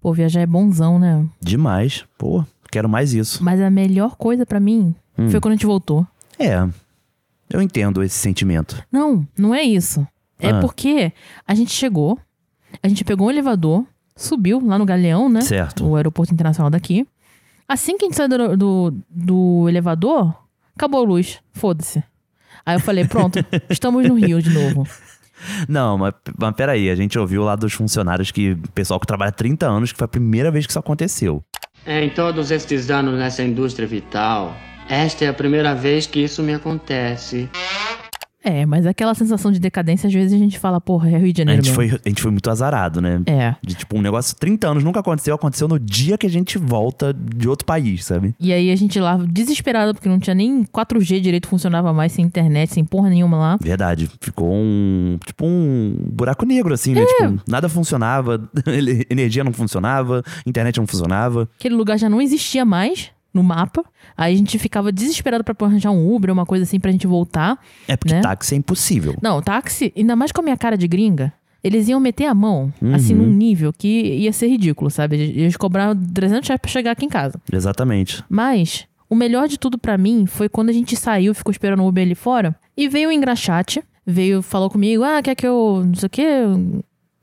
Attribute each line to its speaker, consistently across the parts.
Speaker 1: Pô, viajar é bonzão, né?
Speaker 2: Demais. Pô, quero mais isso.
Speaker 1: Mas a melhor coisa pra mim
Speaker 2: Hum.
Speaker 1: foi quando a gente voltou.
Speaker 2: É. Eu entendo esse sentimento.
Speaker 1: Não, não é isso. É
Speaker 2: Ah.
Speaker 1: porque a gente chegou, a gente pegou um elevador, subiu lá no Galeão, né?
Speaker 2: Certo.
Speaker 1: O aeroporto internacional daqui. Assim que a gente saiu do, do, do elevador, acabou a luz. Foda-se. Aí eu falei, pronto, estamos no Rio de novo.
Speaker 2: Não, mas, mas peraí, a gente ouviu lá dos funcionários que. Pessoal que trabalha há 30 anos, que foi a primeira vez que isso aconteceu.
Speaker 3: É, Em todos estes anos nessa indústria vital, esta é a primeira vez que isso me acontece.
Speaker 1: É, mas aquela sensação de decadência, às vezes a gente fala, porra, é Rio de
Speaker 2: A
Speaker 1: Janeiro
Speaker 2: gente,
Speaker 1: mesmo.
Speaker 2: foi, a gente foi muito azarado, né?
Speaker 1: É.
Speaker 2: De tipo, um negócio 30 anos nunca aconteceu, aconteceu no dia que a gente volta de outro país, sabe?
Speaker 1: E aí a gente lá, desesperada, porque não tinha nem 4G direito, funcionava mais, sem internet, sem porra nenhuma lá.
Speaker 2: Verdade. Ficou um. Tipo um buraco negro, assim,
Speaker 1: É.
Speaker 2: né? Tipo, nada funcionava, ele- energia não funcionava, internet não funcionava.
Speaker 1: Aquele lugar já não existia mais no mapa. Aí a gente ficava desesperado pra arranjar um Uber, uma coisa assim, pra gente voltar.
Speaker 2: É porque
Speaker 1: Né?
Speaker 2: táxi é impossível.
Speaker 1: Não, táxi, ainda mais com a minha cara de gringa, eles iam meter a mão, assim, num nível que ia ser ridículo, sabe? Eles cobraram 300 reais pra chegar aqui em casa.
Speaker 2: Exatamente.
Speaker 1: Mas o melhor de tudo pra mim foi quando a gente saiu, ficou esperando o Uber ali fora, e veio o engraxate, veio, falou comigo, ah, quer que eu, não sei o quê,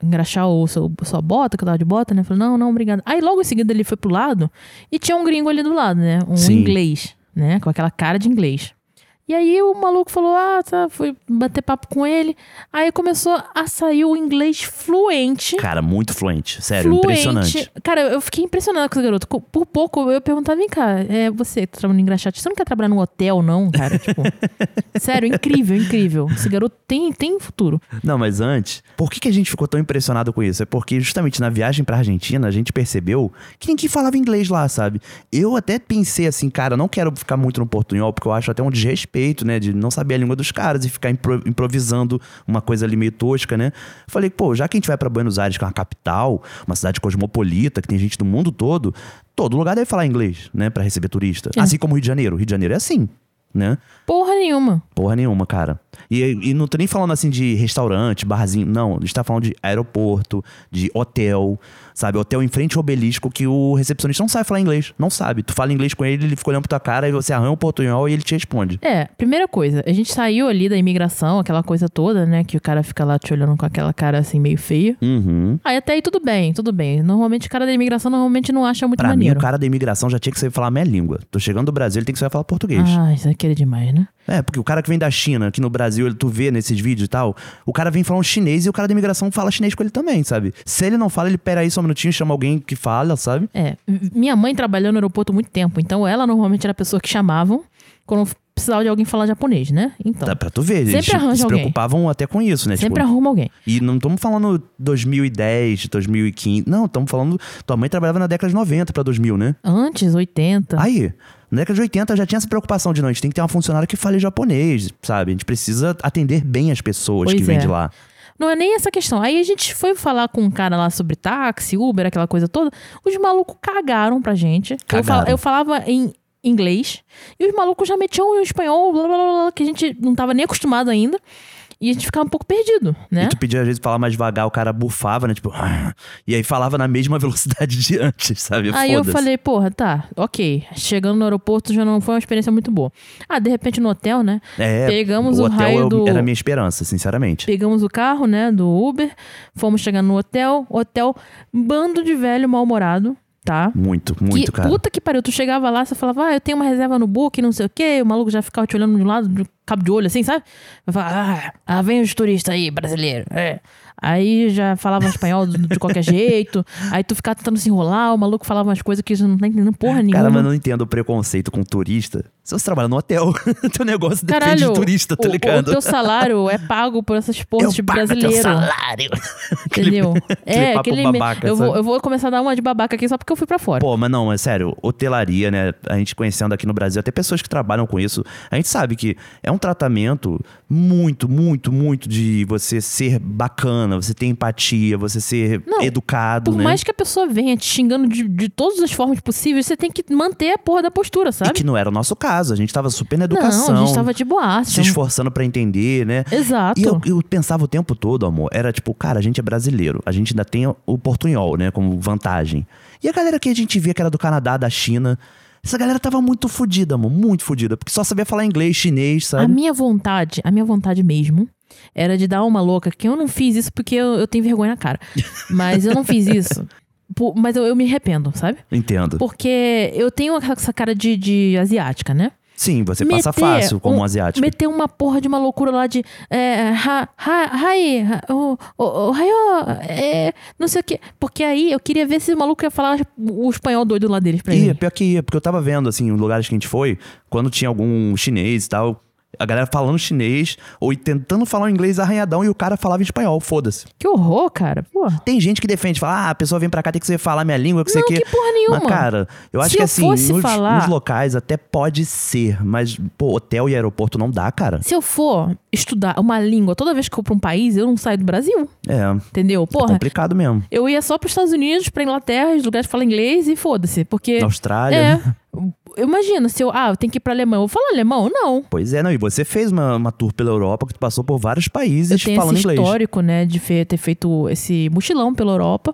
Speaker 1: engraxar o seu, sua bota, que eu tava de bota, né? Eu Falei, não, não, obrigado. Aí logo em seguida ele foi pro lado, e tinha um gringo ali do lado, né? Um
Speaker 2: Sim.
Speaker 1: inglês, né? Com aquela cara de inglês. E aí o maluco falou, ah, tá, fui bater papo com ele. Aí começou a sair o inglês fluente
Speaker 2: Cara, muito fluente. Sério, impressionante.
Speaker 1: Cara, eu fiquei impressionada com esse garoto. Co- Por pouco eu perguntava, vem cá, é você que tá trabalhando em engraxate, você não quer trabalhar num hotel, não, cara? Tipo, sério, incrível, incrível. Esse garoto tem, tem futuro.
Speaker 2: Não, mas antes, por que, que a gente ficou tão impressionado com isso? É porque justamente na viagem pra Argentina a gente percebeu que ninguém falava inglês lá, sabe? Eu até pensei assim, cara, eu não quero ficar muito no portunhol, porque eu acho até um desrespeito, né? De não saber a língua dos caras e ficar impro- improvisando uma coisa ali meio tosca, né? Falei, pô, já que a gente vai pra Buenos Aires, que é uma capital, uma cidade cosmopolita, que tem gente do mundo todo, todo lugar deve falar inglês, né? Pra receber turista.
Speaker 1: É.
Speaker 2: Assim como o Rio de Janeiro. O Rio de Janeiro é assim, né?
Speaker 1: Porra nenhuma.
Speaker 2: Porra nenhuma, cara. E, e não tô nem falando assim de restaurante, barzinho. Não, a gente tá falando de aeroporto, de hotel, sabe? Hotel em frente ao obelisco que o recepcionista não sabe falar inglês. Não sabe. Tu fala inglês com ele, ele fica olhando pra tua cara e você arranha um portunhol e ele te responde.
Speaker 1: É, primeira coisa, a gente saiu ali da imigração, aquela coisa toda, né? Que o cara fica lá te olhando com aquela cara assim meio feia.
Speaker 2: Uhum.
Speaker 1: Aí até aí tudo bem, tudo bem. Normalmente o cara da imigração normalmente não acha muito
Speaker 2: Pra mim,
Speaker 1: maneiro.
Speaker 2: o cara da imigração já tinha que saber falar a minha língua. Tô chegando do Brasil, ele tem que saber falar português.
Speaker 1: Ah, isso aqui é demais, né?
Speaker 2: É, porque o cara que vem da China, que no Brasil ele, tu vê nesses vídeos e tal, o cara vem falar um chinês e o cara da imigração fala chinês com ele também, sabe? Se ele não fala, ele pera aí só um minutinho, chama alguém que fala, sabe?
Speaker 1: É, m- minha mãe trabalhou no aeroporto muito tempo, então ela normalmente era a pessoa que chamavam quando f- precisava de alguém falar japonês, né? Então,
Speaker 2: Dá pra tu ver,
Speaker 1: Sempre
Speaker 2: eles
Speaker 1: arranja
Speaker 2: se
Speaker 1: alguém.
Speaker 2: preocupavam até com isso, né?
Speaker 1: sempre
Speaker 2: tipo,
Speaker 1: arruma alguém.
Speaker 2: E não estamos falando 2010, 2015. Não, estamos falando. Tua mãe trabalhava na década de 90 pra 2000, né?
Speaker 1: Antes, 80.
Speaker 2: Aí, na década de 80 já tinha essa preocupação de não, a gente tem que ter uma funcionária que fale japonês, sabe? A gente precisa atender bem as pessoas que
Speaker 1: Pois
Speaker 2: vêm
Speaker 1: é.
Speaker 2: de lá.
Speaker 1: Não é nem essa questão. Aí a gente foi falar com um cara lá sobre táxi, Uber, aquela coisa toda. Os malucos cagaram pra gente. Eu
Speaker 2: Cagaram.
Speaker 1: fal- Eu, falava em inglês e os malucos já metiam em espanhol, blá, blá, blá, blá, que a gente não tava nem acostumado ainda. E a gente ficava um pouco perdido, né?
Speaker 2: E tu pedia às vezes falar mais devagar, o cara bufava, né? Tipo, e aí falava na mesma velocidade de antes, sabe?
Speaker 1: Aí eu
Speaker 2: Foda-se.
Speaker 1: falei, porra, tá, ok. Chegando no aeroporto já não foi uma experiência muito boa. Ah, de repente no hotel, né?
Speaker 2: É,
Speaker 1: pegamos
Speaker 2: o
Speaker 1: o
Speaker 2: hotel
Speaker 1: raio
Speaker 2: eu-
Speaker 1: do-
Speaker 2: era a minha esperança, sinceramente.
Speaker 1: Pegamos o carro, né, do Uber, fomos chegando no hotel, hotel, bando de velho mal-humorado, tá?
Speaker 2: Muito,
Speaker 1: que,
Speaker 2: muito, cara.
Speaker 1: Puta que pariu, tu chegava lá, você falava, ah, eu tenho uma reserva no book, não sei o quê, o maluco já ficava te olhando de um lado, de um cabo de olho, assim, sabe? Eu falava, ah, ah, vem os turistas aí, brasileiro, é. Aí já falava espanhol de, de qualquer jeito, aí tu ficava tentando se enrolar, o maluco falava umas coisas que você não tá entendendo porra nenhuma.
Speaker 2: Cara, mas eu não entendo o preconceito com turista. Se você trabalha no hotel, teu negócio depende de turista, tá
Speaker 1: o-
Speaker 2: ligado?
Speaker 1: O, teu salário é pago por essas
Speaker 2: eu
Speaker 1: porras de
Speaker 2: pago
Speaker 1: brasileiro.
Speaker 2: teu salário.
Speaker 1: Entendeu? é,
Speaker 2: papo
Speaker 1: aquele.
Speaker 2: babaca,
Speaker 1: eu, vou,
Speaker 2: sabe?
Speaker 1: eu vou começar a dar uma de babaca aqui só porque eu fui pra fora.
Speaker 2: Pô, mas não, é sério, hotelaria, né? A gente conhecendo aqui no Brasil, até pessoas que trabalham com isso, a gente sabe que é um tratamento muito, muito, muito de você ser bacana, humana, você ter empatia, você ser
Speaker 1: Não,
Speaker 2: educado,
Speaker 1: Por
Speaker 2: né?
Speaker 1: mais que a pessoa venha te xingando de, de todas as formas possíveis, você tem que manter a porra da postura,
Speaker 2: E
Speaker 1: sabe?
Speaker 2: que não era o nosso caso, a gente tava super na educação,
Speaker 1: Não, a gente tava de boate.
Speaker 2: se esforçando pra entender, né?
Speaker 1: Exato.
Speaker 2: E eu, eu pensava o tempo todo, amor, era tipo, cara, a gente é brasileiro, a gente ainda tem o portunhol, né, como vantagem. E a galera que a gente via que era do Canadá, da China, essa galera tava muito fodida, amor, muito fodida, porque só sabia falar inglês, chinês,
Speaker 1: A
Speaker 2: sabe?
Speaker 1: minha vontade, a minha vontade mesmo, era de dar uma louca, que eu não fiz isso porque eu, eu tenho vergonha na cara. Mas eu não fiz isso. Por- mas eu, eu me arrependo, sabe?
Speaker 2: Entendo.
Speaker 1: Porque eu tenho essa- essa cara de, de asiática, né?
Speaker 2: Sim, você passa
Speaker 1: Meter
Speaker 2: fácil como
Speaker 1: um-
Speaker 2: um asiático.
Speaker 1: Meter uma porra de uma loucura lá de. É, ha, ha, hai, ha, o, o, o, raio, é, não sei o quê. Porque aí eu queria ver se o maluco ia falar o espanhol doido lá deles pra
Speaker 2: Ia,
Speaker 1: ele.
Speaker 2: pior que ia, porque eu tava vendo, assim, os lugares que a gente foi, quando tinha algum chinês e tal, a galera falando chinês ou tentando falar um inglês arranhadão e o cara falava em espanhol, foda-se.
Speaker 1: Que horror, cara. Porra.
Speaker 2: Tem gente que defende, fala, ah, a pessoa vem pra cá, tem que saber falar minha língua, que sei o
Speaker 1: Não,
Speaker 2: quê.
Speaker 1: que porra nenhuma.
Speaker 2: Mas, cara, eu acho
Speaker 1: Se
Speaker 2: que
Speaker 1: eu
Speaker 2: assim,
Speaker 1: fosse
Speaker 2: nos,
Speaker 1: falar-
Speaker 2: nos locais até pode ser, mas, pô, hotel e aeroporto não dá, cara.
Speaker 1: Se eu for estudar uma língua toda vez que eu for pra um país, eu não saio do Brasil.
Speaker 2: É,
Speaker 1: Entendeu?
Speaker 2: é
Speaker 1: Porra.
Speaker 2: complicado mesmo.
Speaker 1: Eu ia só pros Estados Unidos, pra Inglaterra, os lugares que falam inglês e foda-se. Porque.
Speaker 2: Na Austrália. né?
Speaker 1: É. Imagina, se eu. Ah, eu tenho que ir pra alemão. Eu vou falar alemão? Não.
Speaker 2: Pois é, não, e você fez uma, uma tour pela Europa que tu passou por vários
Speaker 1: Eu
Speaker 2: países
Speaker 1: tenho
Speaker 2: falando
Speaker 1: esse
Speaker 2: inglês.
Speaker 1: histórico, né, de fe- ter feito esse mochilão pela Europa.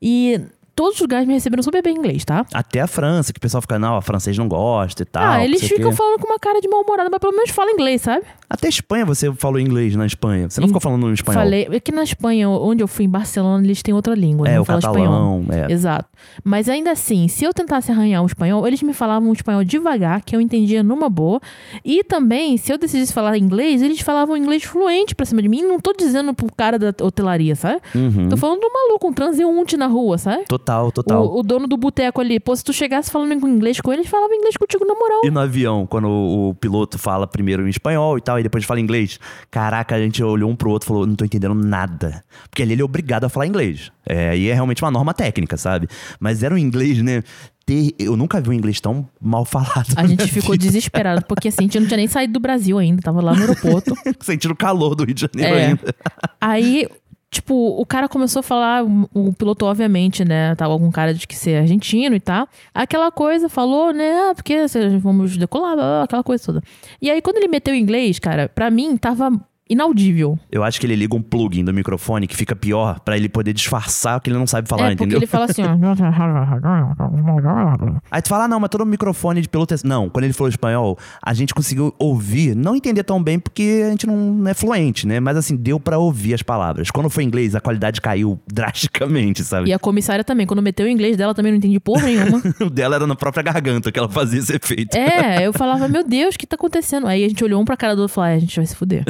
Speaker 1: E todos os lugares me receberam super bem em inglês, tá?
Speaker 2: Até a França, que o pessoal fica, não, a francês não gosta e tal.
Speaker 1: Ah,
Speaker 2: Tá, não
Speaker 1: eles
Speaker 2: sei o
Speaker 1: ficam
Speaker 2: quê.
Speaker 1: falando com uma cara de mal-humorada, mas pelo menos fala inglês, sabe?
Speaker 2: Até a Espanha você falou inglês na Espanha. Você não ficou falando espanhol.
Speaker 1: Falei. Aqui na Espanha, onde eu fui, em Barcelona, eles têm outra língua. né?
Speaker 2: É,
Speaker 1: não
Speaker 2: o
Speaker 1: fala espanhol.
Speaker 2: catalão. É.
Speaker 1: Exato. Mas ainda assim, se eu tentasse arranhar um espanhol, eles me falavam um espanhol devagar, que eu entendia numa boa. E também, se eu decidisse falar inglês, eles falavam inglês fluente pra cima de mim. Não tô dizendo pro cara da hotelaria, sabe?
Speaker 2: Uhum.
Speaker 1: Tô falando do maluco, um transeunte na rua, sabe?
Speaker 2: Total, total.
Speaker 1: O, o dono do boteco ali, pô, se tu chegasse falando em inglês com ele, ele falava inglês contigo na moral.
Speaker 2: E no avião, quando o, o piloto fala primeiro em espanhol e tal, e depois fala inglês, caraca, a gente olhou um pro outro e falou, não tô entendendo nada. Porque ali ele é obrigado a falar inglês. É, e é realmente uma norma técnica, sabe? Mas era um inglês, né? ter- Eu nunca vi um inglês tão mal falado.
Speaker 1: A gente ficou desesperado, porque assim, a gente não tinha nem saído do Brasil ainda, tava lá no aeroporto.
Speaker 2: né, Sentindo o calor do Rio de Janeiro
Speaker 1: É.
Speaker 2: ainda.
Speaker 1: Aí, tipo, o cara começou a falar, o- o piloto, obviamente, né? Tava algum cara de que ser argentino e tal. Aquela coisa, falou, né? Ah, porque cê- vamos decolar, blá, blá, aquela coisa toda. E aí, quando ele meteu em inglês, cara, pra mim tava inaudível.
Speaker 2: Eu acho que ele liga um plugin do microfone que fica pior pra ele poder disfarçar que ele não sabe falar,
Speaker 1: é, porque
Speaker 2: entendeu?
Speaker 1: ele fala assim, ó.
Speaker 2: Aí tu fala, "Ah, não, mas todo microfone de piloto é... assim." Não, quando ele falou espanhol, a gente conseguiu ouvir, não entender tão bem, porque a gente não é fluente, né? Mas assim, deu pra ouvir as palavras. Quando foi em inglês, a qualidade caiu drasticamente, sabe?
Speaker 1: E a comissária também, quando meteu em inglês dela, também não entendi porra nenhuma.
Speaker 2: O dela era na própria garganta que ela fazia esse efeito.
Speaker 1: É, eu falava, meu Deus, o que tá acontecendo? Aí a gente olhou um pra cara do outro e falou, "Ah, a gente vai se fuder.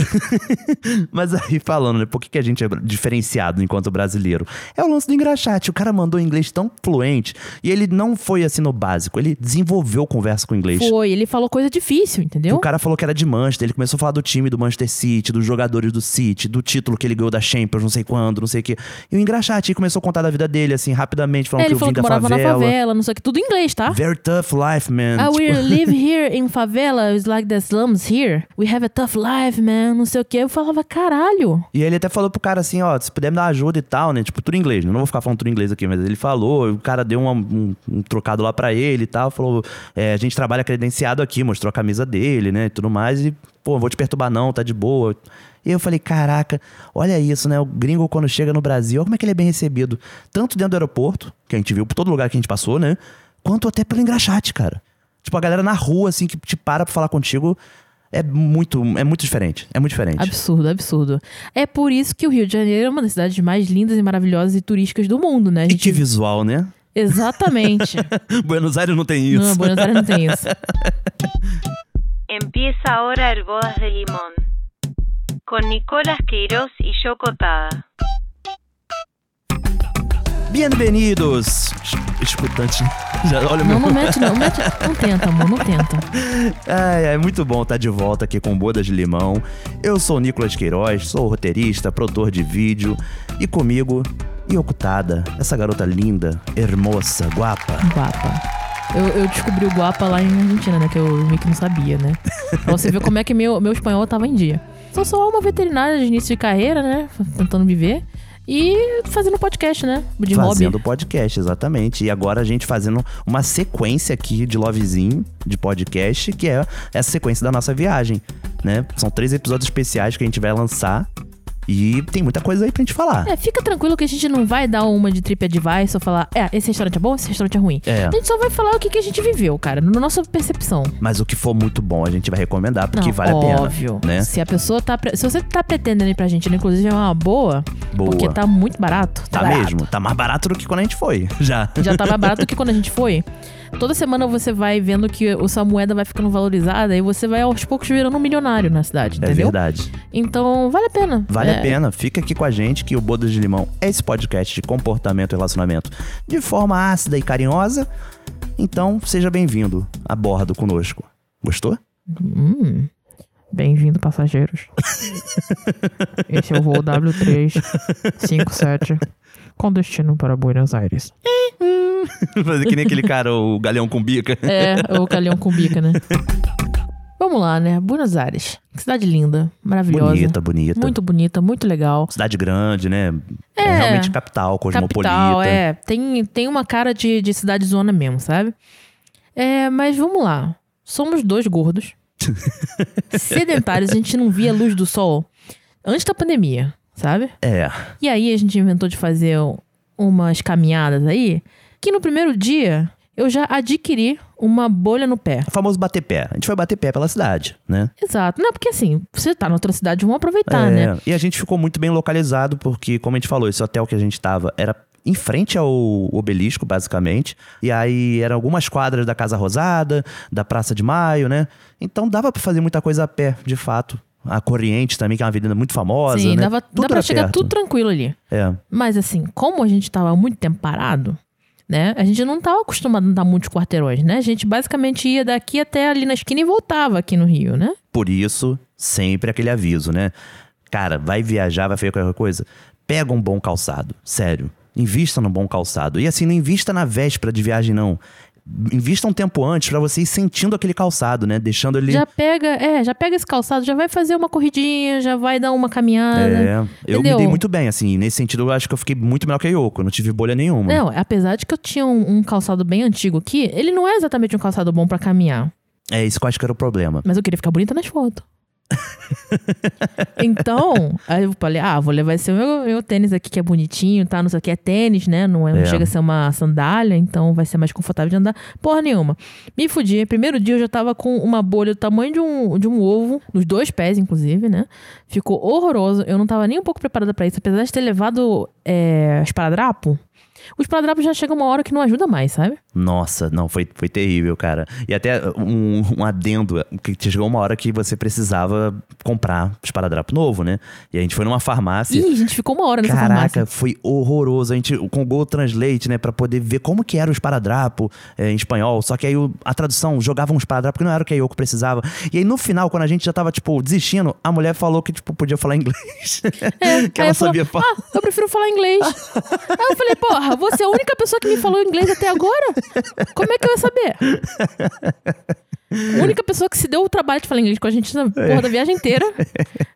Speaker 2: Mas aí falando, né, por que, que a gente é diferenciado enquanto brasileiro? É o lance do engraxate. O cara mandou inglês tão fluente e ele não foi assim no básico, ele desenvolveu conversa com o inglês.
Speaker 1: Foi, ele falou coisa difícil, entendeu?
Speaker 2: O cara falou que era de Manchester, ele começou a falar do time do Manchester City, dos jogadores do City, do título que ele ganhou da Champions, não sei quando, não sei o quê. E o engraxate começou a contar da vida dele, assim, rapidamente,
Speaker 1: É,
Speaker 2: falando
Speaker 1: ele
Speaker 2: que eu
Speaker 1: falou
Speaker 2: vim
Speaker 1: que
Speaker 2: da
Speaker 1: morava
Speaker 2: favela.
Speaker 1: na favela, não sei o que, tudo em inglês, tá?
Speaker 2: Very tough life, man.
Speaker 1: Ah,
Speaker 2: Tipo,
Speaker 1: we live here in favela, it's like the slums here. We have a tough life, man, não sei o que. Eu falava, caralho.
Speaker 2: E ele até falou pro cara assim, ó, se puder me dar ajuda e tal, né? Tipo, tudo em inglês. né? Não vou ficar falando tudo em inglês aqui, mas ele falou, o cara deu uma- um, um trocado lá pra ele e tal, falou, é, a gente trabalha credenciado aqui, mostrou a camisa dele, né? E tudo mais, e, pô, vou te perturbar não, tá de boa. E eu falei, caraca, olha isso, né? O gringo quando chega no Brasil, olha como é que ele é bem recebido. Tanto dentro do aeroporto, que a gente viu por todo lugar que a gente passou, né? Quanto até pelo engraxate, cara. Tipo, a galera na rua, assim, que te para pra falar contigo. É muito, é muito diferente. É muito diferente.
Speaker 1: Absurdo, absurdo. É por isso que o Rio de Janeiro é uma das cidades mais lindas e maravilhosas e turísticas do mundo, né? A
Speaker 2: E que
Speaker 1: gente...
Speaker 2: visual, né?
Speaker 1: Exatamente.
Speaker 2: Buenos Aires não tem
Speaker 1: Não,
Speaker 2: isso.
Speaker 1: Buenos Aires não tem isso.
Speaker 4: Empieza ahora el Bodas de Limón. Con Nicolás Queiroz y yo Cotada.
Speaker 2: Bienvenidos, es- escutantes. Já olha o
Speaker 1: Não,
Speaker 2: meu.
Speaker 1: não mete, não. Mete... Não tenta, amor, não tenta.
Speaker 2: Ai, é muito bom estar de volta aqui com Bodas de Limão. Eu sou o Nicolas Queiroz, sou roteirista, produtor de vídeo. E comigo, Iocutada, essa garota linda, hermosa, guapa.
Speaker 1: Guapa. Eu, eu descobri o Guapa lá em Argentina, né? Que eu meio que não sabia, né? Pra você ver como é que meu, meu espanhol tava em dia. Então sou uma veterinária de início de carreira, né? Tentando viver. E fazendo podcast, né? De
Speaker 2: fazendo
Speaker 1: hobby.
Speaker 2: podcast, exatamente. E agora a gente fazendo uma sequência aqui de Lovezinho, de podcast, que é essa sequência da nossa viagem, né? São três episódios especiais que a gente vai lançar. E tem muita coisa aí pra gente falar.
Speaker 1: É, fica tranquilo que a gente não vai dar uma de TripAdvisor ou falar, é, esse restaurante é bom, esse restaurante é ruim.
Speaker 2: É.
Speaker 1: A gente só vai falar o que, que a gente viveu, cara, na nossa percepção.
Speaker 2: Mas o que for muito bom, a gente vai recomendar, porque
Speaker 1: Não,
Speaker 2: vale
Speaker 1: óbvio.
Speaker 2: a pena. Né?
Speaker 1: Se a pessoa tá. pre- Se você tá pretendendo ir pra Argentina, inclusive é uma boa,
Speaker 2: Boa.
Speaker 1: porque tá muito barato.
Speaker 2: Tá
Speaker 1: barato.
Speaker 2: mesmo? Tá mais barato do que quando a gente foi. É Já.
Speaker 1: Já tá mais barato do que quando a gente foi. Toda semana você vai vendo que o- sua moeda vai ficando valorizada e você vai aos poucos virando um milionário na cidade,
Speaker 2: É
Speaker 1: entendeu?
Speaker 2: verdade.
Speaker 1: Então, vale a pena.
Speaker 2: Vale
Speaker 1: É,
Speaker 2: a pena, fica aqui com a gente que o Bodas de Limão é esse podcast de comportamento e relacionamento de forma ácida e carinhosa. Então, seja bem-vindo a bordo conosco. Gostou?
Speaker 1: Hum. Bem-vindo, passageiros. Esse é o voo W357 com destino para Buenos Aires.
Speaker 2: Fazer que nem aquele cara, o galeão com bica.
Speaker 1: É, o Calhão com bica, né? Vamos lá, né? Buenos Aires. Que cidade linda, maravilhosa.
Speaker 2: Bonita, bonita.
Speaker 1: Muito bonita, muito legal.
Speaker 2: Cidade grande, né? É,
Speaker 1: É.
Speaker 2: realmente capital, cosmopolita.
Speaker 1: Capital, é. Tem, tem uma cara de, de cidade zona mesmo, sabe? É, mas vamos lá. Somos dois gordos. sedentários, a gente não via a luz do sol antes da pandemia, sabe?
Speaker 2: É.
Speaker 1: E aí a gente inventou de fazer umas caminhadas aí, que no primeiro dia eu já adquiri uma bolha no pé.
Speaker 2: O famoso bater pé. A gente foi bater pé pela cidade, né?
Speaker 1: Exato. Não, porque assim, você tá na outra cidade, vamos aproveitar,
Speaker 2: É,
Speaker 1: né?
Speaker 2: E a gente ficou muito bem localizado, porque, como a gente falou, esse hotel que a gente tava era em frente ao obelisco, basicamente. E aí eram algumas quadras da Casa Rosada, da Praça de Maio, né? Então dava pra fazer muita coisa a pé, de fato. A Corrientes também, que é uma avenida muito famosa.
Speaker 1: Sim,
Speaker 2: né?
Speaker 1: dava,
Speaker 2: Tudo
Speaker 1: dá pra
Speaker 2: era
Speaker 1: chegar
Speaker 2: perto.
Speaker 1: tudo tranquilo ali.
Speaker 2: É.
Speaker 1: Mas assim, como a gente tava há muito tempo parado, né? A gente não tava acostumado a andar muitos quarteirões, né? A gente basicamente ia daqui até ali na esquina e voltava aqui no Rio, né?
Speaker 2: Por isso, sempre aquele aviso, né? Cara, vai viajar, vai fazer qualquer coisa? Pega um bom calçado, sério. Invista num bom calçado. E assim, não invista na véspera de viagem, não. Invista um tempo antes pra você ir sentindo aquele calçado, né? Deixando ele.
Speaker 1: Já pega, é, já pega esse calçado, já vai fazer uma corridinha, já vai dar uma caminhada.
Speaker 2: É,
Speaker 1: tá,
Speaker 2: eu me
Speaker 1: né? Entendeu?
Speaker 2: dei muito bem, assim. Nesse sentido, eu acho que eu fiquei muito melhor que a Yoko. eu Não tive bolha nenhuma.
Speaker 1: Não, apesar de que eu tinha um, um calçado bem antigo aqui, ele não é exatamente um calçado bom pra caminhar.
Speaker 2: É isso que eu acho que era o problema.
Speaker 1: Mas eu queria ficar bonita nas fotos. então, aí eu falei, ah, vou levar esse meu, meu tênis aqui que é bonitinho, tá? Não sei o que, é tênis, né? Não, é, não
Speaker 2: É.
Speaker 1: chega a ser uma sandália, então vai ser mais confortável de andar. Porra nenhuma. Me fudi. Primeiro dia eu já tava com uma bolha do tamanho de um, de um ovo, nos dois pés, inclusive, né? Ficou horroroso. Eu não tava nem um pouco preparada pra isso, apesar de ter levado é, esparadrapo. Os esparadrapos já chega uma hora que não ajuda mais, sabe?
Speaker 2: Nossa, não, foi, foi terrível, cara. E até um, um adendo, que chegou uma hora que você precisava comprar esparadrapo novo, né? E a gente foi numa farmácia.
Speaker 1: Ih, a gente ficou uma hora nessa farmácia.
Speaker 2: Caraca, foi horroroso. A gente com o Google Translate, né, Pra poder ver como que era o esparadrapo eh, em espanhol. Só que aí o- a tradução jogava um esparadrapo que não era o que a Yoko precisava. E aí no final, quando a gente já tava tipo desistindo, a mulher falou que tipo podia falar inglês. que
Speaker 1: Aí
Speaker 2: ela
Speaker 1: eu falo,
Speaker 2: sabia falar.
Speaker 1: Ah, eu prefiro falar inglês. Aí eu falei, porra, você é a única pessoa que me falou inglês até agora? Como é que eu ia saber? A única pessoa que se deu o trabalho de falar inglês com a gente na porra da viagem inteira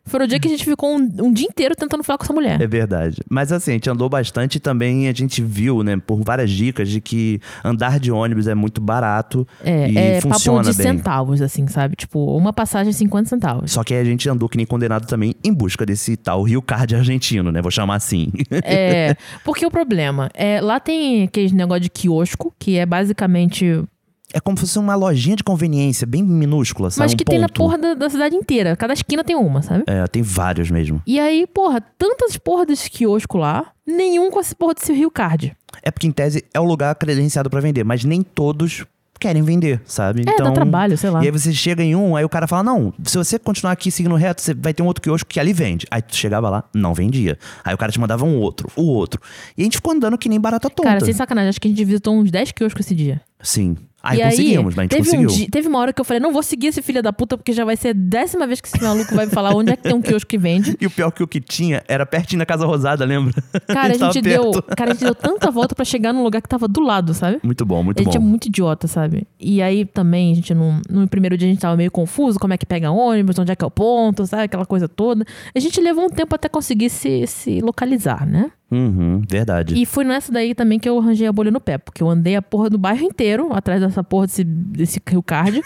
Speaker 1: foi o dia que a gente ficou um, um dia inteiro tentando falar com essa mulher.
Speaker 2: É verdade. Mas assim, a gente andou bastante e também a gente viu, né, por várias dicas de que andar de ônibus é muito barato
Speaker 1: É,
Speaker 2: e
Speaker 1: é papo
Speaker 2: funciona
Speaker 1: de
Speaker 2: bem.
Speaker 1: centavos, assim, sabe? Tipo, uma passagem 50 centavos.
Speaker 2: Só que aí a gente andou que nem condenado também em busca desse tal Rio Card argentino, né? Vou chamar assim.
Speaker 1: É, porque o problema é, lá tem aquele negócio de quiosco, que é basicamente
Speaker 2: É como se fosse uma lojinha de conveniência, bem minúscula, sabe?
Speaker 1: Mas
Speaker 2: Um
Speaker 1: que tem na
Speaker 2: ponto.
Speaker 1: porra da, da cidade inteira. Cada esquina tem uma, sabe?
Speaker 2: É, tem vários mesmo.
Speaker 1: E aí, porra, tantas porra desse quiosco lá, nenhum com essa porra desse Rio Card.
Speaker 2: É porque, em tese, é o lugar credenciado pra vender, mas nem todos querem vender, sabe? Então,
Speaker 1: É, dá trabalho, sei lá.
Speaker 2: E aí você chega em um, aí o cara fala: Não, se você continuar aqui seguindo reto, você vai ter um outro quiosco que ali vende. Aí tu chegava lá, não vendia. Aí o cara te mandava um outro, o outro. E a gente ficou andando que nem barata tonta.
Speaker 1: Cara, sem sacanagem, acho que a gente visitou uns 10 quioscos esse dia.
Speaker 2: Sim. Aí
Speaker 1: e
Speaker 2: conseguimos,
Speaker 1: aí,
Speaker 2: mas a gente
Speaker 1: teve, um
Speaker 2: conseguiu.
Speaker 1: dia- teve uma hora que eu falei, não vou seguir esse filho da puta, porque já vai ser a décima vez que esse maluco vai me falar onde é que tem um quiosque que vende.
Speaker 2: E o pior que o que tinha era pertinho da Casa Rosada, lembra?
Speaker 1: Cara, a
Speaker 2: tava
Speaker 1: gente deu.
Speaker 2: perto.
Speaker 1: Cara, a gente deu tanta volta pra chegar num lugar que tava do lado, sabe?
Speaker 2: Muito bom, muito
Speaker 1: a gente
Speaker 2: bom.
Speaker 1: é muito idiota, sabe? E aí também, a gente, não- no, primeiro dia a gente tava meio confuso, como é que pega ônibus, onde é que é o ponto, sabe? Aquela coisa toda. A gente levou um tempo até conseguir se, se localizar, né?
Speaker 2: Uhum, verdade.
Speaker 1: E foi nessa daí também que eu arranjei a bolha no pé, porque eu andei a porra do bairro inteiro, atrás dessa porra desse, desse Rio Card.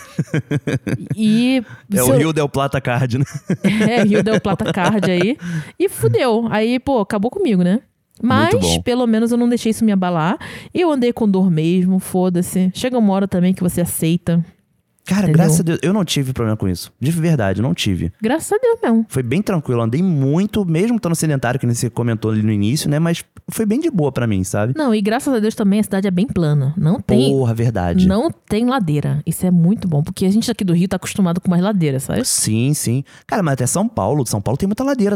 Speaker 1: e.
Speaker 2: É
Speaker 1: se
Speaker 2: o
Speaker 1: eu-
Speaker 2: Rio Del Plata Card, né?
Speaker 1: é, Rio Del Plata Card aí. E fudeu. Aí, pô, acabou comigo, né?
Speaker 2: Muito
Speaker 1: Mas,
Speaker 2: bom.
Speaker 1: pelo menos, eu não deixei isso me abalar. E eu andei com dor mesmo, foda-se. Chega uma hora também que você aceita.
Speaker 2: Cara,
Speaker 1: Entendeu?
Speaker 2: graças a Deus, eu não tive problema com isso. De verdade, não tive.
Speaker 1: Graças a Deus mesmo.
Speaker 2: Foi bem tranquilo, andei muito, mesmo estando sedentário, que nem você comentou ali no início, né? Mas foi bem de boa pra mim, sabe?
Speaker 1: Não, e graças a Deus também a cidade é bem plana. Não tem.
Speaker 2: Porra, verdade.
Speaker 1: Não tem ladeira. Isso é muito bom, porque a gente aqui do Rio tá acostumado com mais ladeira, sabe?
Speaker 2: Sim, sim. Cara, mas até São Paulo. São Paulo tem muita ladeira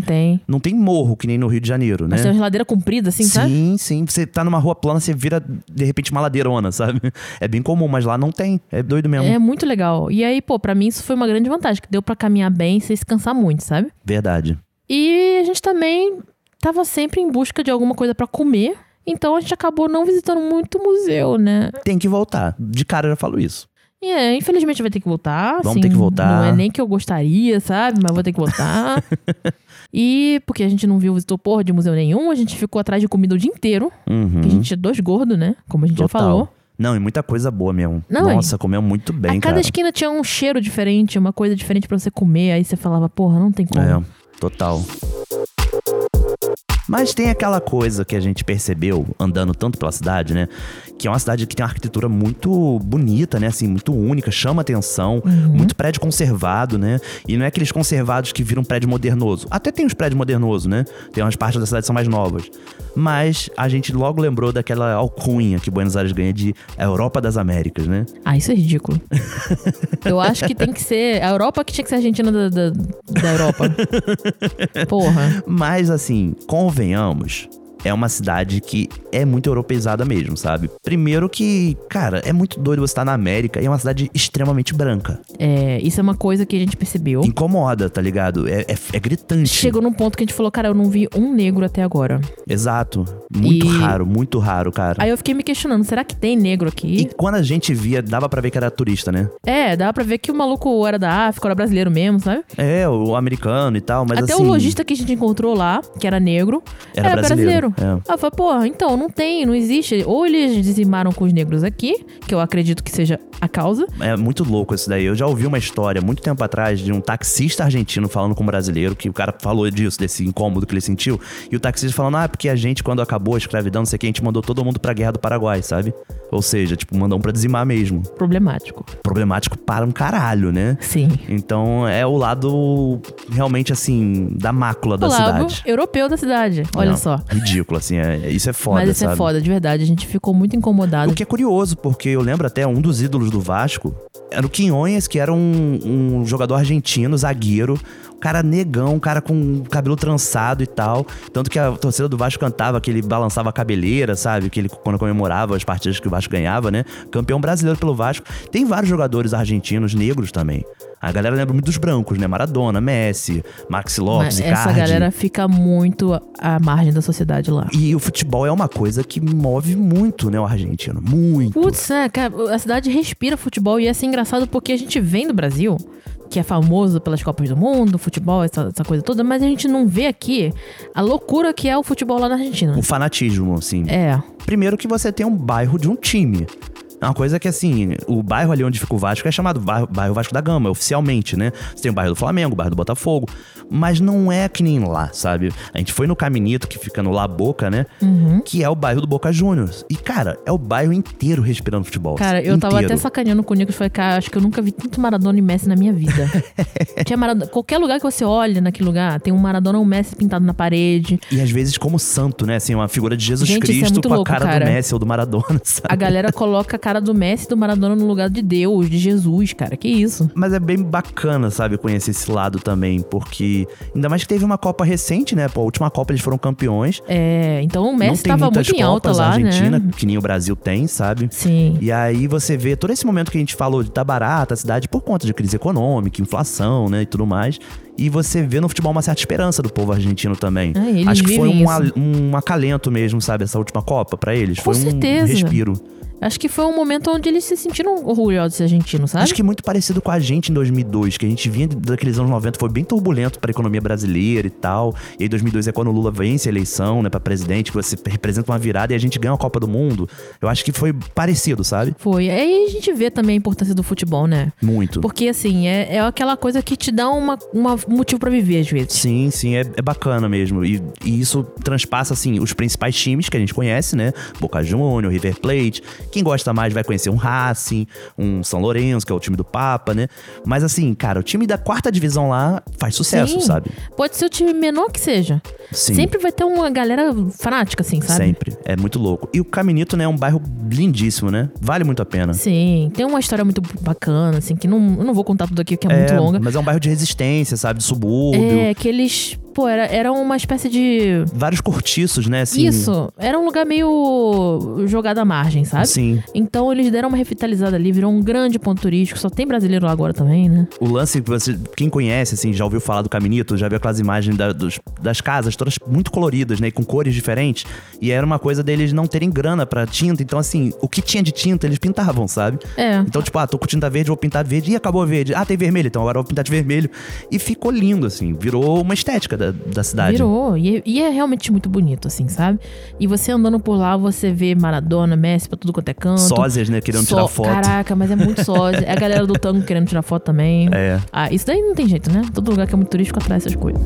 Speaker 1: Tem, tem.
Speaker 2: Não tem morro, que nem no Rio de Janeiro, né?
Speaker 1: Mas tem uma ladeira comprida, assim, sabe?
Speaker 2: sim, sim. Você tá numa rua plana, você vira, de repente, uma ladeirona, sabe? É bem comum, mas lá não tem. É doido mesmo.
Speaker 1: É muito legal. E aí, pô, pra mim isso foi uma grande vantagem, que deu pra caminhar bem sem se cansar muito, sabe?
Speaker 2: Verdade.
Speaker 1: E a gente também tava sempre em busca de alguma coisa pra comer. Então a gente acabou não visitando muito museu, né?
Speaker 2: Tem que voltar. De cara eu já falo isso.
Speaker 1: E é, infelizmente vai ter que voltar.
Speaker 2: Vamos
Speaker 1: assim,
Speaker 2: ter que voltar.
Speaker 1: Não é nem que eu gostaria, sabe? Mas vou ter que voltar. e porque a gente não viu, visitou porra de museu nenhum, a gente ficou atrás de comida o dia inteiro.
Speaker 2: Uhum.
Speaker 1: Porque a gente é dois gordos, né? Como a gente
Speaker 2: Total.
Speaker 1: já falou.
Speaker 2: Não, e muita coisa boa mesmo.
Speaker 1: Não,
Speaker 2: Nossa, comeu muito bem,
Speaker 1: a cada
Speaker 2: cara.
Speaker 1: esquina tinha um cheiro diferente, uma coisa diferente pra você comer. Aí você falava, porra, não tem como.
Speaker 2: É, total. Mas tem aquela coisa que a gente percebeu andando tanto pela cidade, né? Que é uma cidade que tem uma arquitetura muito bonita, né? Assim, muito única, chama atenção.
Speaker 1: Uhum.
Speaker 2: Muito prédio conservado, né? E não é aqueles conservados que viram prédio modernoso. Até tem os prédios modernosos, né? Tem umas partes da cidade que são mais novas. Mas a gente logo lembrou daquela alcunha que Buenos Aires ganha de a Europa das Américas, né?
Speaker 1: Ah, isso é ridículo. Eu acho que tem que ser. A Europa que tinha que ser a Argentina da, da, da Europa. Porra.
Speaker 2: Mas assim, convenhamos, é uma cidade que é muito europeizada mesmo, sabe? Primeiro que, cara, é muito doido você estar na América e é uma cidade extremamente branca.
Speaker 1: É, isso é uma coisa que a gente percebeu.
Speaker 2: Incomoda, tá ligado? É, é- é gritante.
Speaker 1: Oh. Chegou num ponto que a gente falou, cara, eu não vi um negro até agora.
Speaker 2: Tá. Exato. Muito
Speaker 1: E-
Speaker 2: raro, muito raro, cara.
Speaker 1: Aí eu fiquei me questionando, será que tem negro
Speaker 2: E
Speaker 1: aqui?
Speaker 2: quando a gente via, dava pra ver que era turista, né?
Speaker 1: É, dava pra ver que o maluco era da África, era brasileiro mesmo, sabe?
Speaker 2: É, o americano e tal, mas
Speaker 1: Até
Speaker 2: assim...
Speaker 1: o lojista que a gente encontrou lá, que era negro,
Speaker 2: Era
Speaker 1: era,
Speaker 2: brasileiro,
Speaker 1: brasileiro.
Speaker 2: é.
Speaker 1: Aí eu falei, porra, então, não tem, não existe. Ou eles dizimaram com os negros aqui, que eu acredito que seja a causa.
Speaker 2: É muito louco isso daí. Eu já ouvi uma história muito tempo atrás de um taxista argentino falando com um brasileiro, que o cara falou disso, desse incômodo que ele sentiu. E o taxista falando, ah, porque a gente, quando acabou a escravidão, não sei o que, a gente mandou todo mundo pra guerra do Paraguai, sabe? Ou seja, tipo, mandou um pra dizimar mesmo.
Speaker 1: Problemático.
Speaker 2: Problemático para um caralho, né?
Speaker 1: Sim.
Speaker 2: Então é o lado realmente assim, da mácula da
Speaker 1: o lago
Speaker 2: cidade.
Speaker 1: europeu da cidade. Olha
Speaker 2: Não,
Speaker 1: só.
Speaker 2: Ridículo, assim, é- isso é foda,
Speaker 1: Mas isso
Speaker 2: sabe?
Speaker 1: é foda, de verdade. A gente ficou muito incomodado.
Speaker 2: O que é curioso, porque eu lembro até um dos ídolos do Vasco era o Quinhonhas, que era um, um jogador argentino, zagueiro. Um cara negão, um cara com cabelo trançado e tal. Tanto que a torcida do Vasco cantava que ele balançava a cabeleira, sabe? Que ele, quando comemorava as partidas que o Vasco ganhava, né? Campeão brasileiro pelo Vasco. Tem vários jogadores argentinos negros também. A galera lembra muito dos brancos, né? Maradona, Messi, Maxi
Speaker 1: Mas
Speaker 2: Lopes,
Speaker 1: essa
Speaker 2: Icardi.
Speaker 1: galera fica muito à margem da sociedade lá.
Speaker 2: E o futebol é uma coisa que move muito, né? O argentino. Muito.
Speaker 1: Putz, é, cara, a cidade respira futebol e ia ser engraçado porque a gente vem do Brasil, que é famoso pelas Copas do Mundo, futebol, essa, essa coisa toda, mas a gente não vê aqui a loucura que é o futebol lá na Argentina.
Speaker 2: O fanatismo, assim.
Speaker 1: É,
Speaker 2: Primeiro que você tem um bairro de um time. É uma coisa que, assim, o bairro ali onde fica o Vasco é chamado bairro, bairro Vasco da Gama, oficialmente, né? Você tem o bairro do Flamengo, o bairro do Botafogo. Mas não é que nem lá, sabe? A gente foi no Caminito, que fica no La Boca, né?
Speaker 1: Uhum.
Speaker 2: Que é o bairro do Boca Juniors. E, cara, é o bairro inteiro respirando futebol.
Speaker 1: cara, eu tava
Speaker 2: inteiro.
Speaker 1: até sacaneando com o Nicolas, falei, cara, acho que eu nunca vi tanto Maradona e Messi na minha vida. Tinha Maradona, qualquer lugar que você olha naquele lugar, tem um Maradona ou um Messi pintado na parede,
Speaker 2: E às vezes como santo, né? Assim, uma figura de Jesus
Speaker 1: Gente, isso é
Speaker 2: Cristo
Speaker 1: muito
Speaker 2: com a
Speaker 1: louco,
Speaker 2: cara,
Speaker 1: cara.
Speaker 2: do Messi ou do Maradona,
Speaker 1: a
Speaker 2: sabe?
Speaker 1: galera coloca cara do Messi e do Maradona no lugar de Deus, de Jesus, cara. Que isso?
Speaker 2: Mas é bem bacana, sabe, conhecer esse lado também, porque ainda mais que teve uma Copa recente, né? Pô, a última Copa eles foram campeões.
Speaker 1: É, então o
Speaker 2: não
Speaker 1: Messi
Speaker 2: tem
Speaker 1: tava
Speaker 2: muitas
Speaker 1: muito em alta
Speaker 2: Copas
Speaker 1: lá,
Speaker 2: a Argentina,
Speaker 1: né?
Speaker 2: que nem o Brasil tem, sabe?
Speaker 1: Sim.
Speaker 2: E aí você vê todo esse momento que a gente falou de tá barata a cidade por conta de crise econômica, inflação, né, e tudo mais. E você vê no futebol uma certa esperança do povo argentino também.
Speaker 1: Ah, eles
Speaker 2: Acho que foi
Speaker 1: vivem
Speaker 2: um,
Speaker 1: isso.
Speaker 2: al- um acalento mesmo, sabe, essa última Copa pra eles.
Speaker 1: Com
Speaker 2: foi um
Speaker 1: certeza.
Speaker 2: respiro.
Speaker 1: Acho que foi um momento onde eles se sentiram orgulhosos de ser argentinos, sabe?
Speaker 2: Acho que é muito parecido com a gente em 2002, que a gente vinha daqueles anos 90, foi bem turbulento pra economia brasileira e tal. E aí 2002 é quando o Lula vence a eleição, né, pra presidente, que você representa uma virada e a gente ganha a Copa do Mundo. Eu acho que foi parecido, sabe?
Speaker 1: Foi. Aí a gente vê também a importância do futebol, né?
Speaker 2: Muito.
Speaker 1: Porque, assim, é, é aquela coisa que te dá uma, uma um motivo pra viver, às vezes.
Speaker 2: Sim, sim, é, é bacana mesmo. E, e isso transpassa, assim, os principais times que a gente conhece, né? Boca Júnior, River Plate. Quem gosta mais vai conhecer um Racing, um São Lourenço, que é o time do Papa, né? Mas assim, cara, o time da quarta divisão lá faz sucesso,
Speaker 1: Sim.
Speaker 2: sabe?
Speaker 1: Pode ser o time menor que seja.
Speaker 2: Sim.
Speaker 1: Sempre vai ter uma galera fanática, assim, sabe?
Speaker 2: Sempre. É muito louco. E o Caminito, né, é um bairro lindíssimo, né? Vale muito a pena.
Speaker 1: Sim, tem uma história muito bacana, assim, que não, eu não vou contar tudo aqui, que é, muito
Speaker 2: É,
Speaker 1: longa.
Speaker 2: Mas é um bairro de resistência, sabe? De subúrbio.
Speaker 1: É, que eles, pô, era, era uma espécie de.
Speaker 2: Vários cortiços, né? Assim,
Speaker 1: Isso, era um lugar meio jogado à margem, sabe?
Speaker 2: Sim.
Speaker 1: Então eles deram uma revitalizada ali, virou um grande ponto turístico, só tem brasileiro lá agora também, né?
Speaker 2: O lance que você, quem conhece, assim, já ouviu falar do Caminito, já viu aquelas imagens da- dos- das casas, todas muito coloridas, né? e Com cores diferentes. E era uma coisa deles não terem grana pra tinta. Então, assim, o que tinha de tinta, eles pintavam, sabe?
Speaker 1: É.
Speaker 2: Então, tipo, ah, tô com tinta verde, vou pintar de verde. Ih, acabou a verde. Ah, tem vermelho, então agora eu vou pintar de vermelho. E ficou lindo, assim. Virou uma estética da, da cidade.
Speaker 1: Virou. E, é- e é realmente muito bonito, assim, sabe? E você andando por lá, você vê Maradona, Messi pra tudo quanto é canto.
Speaker 2: Sósias, né? Querendo tirar
Speaker 1: Só-
Speaker 2: foto.
Speaker 1: Caraca, mas é muito sósia. É a galera do tango querendo tirar foto também.
Speaker 2: É.
Speaker 1: Ah, isso daí não tem jeito, né? Todo lugar que é muito turístico atrai essas coisas.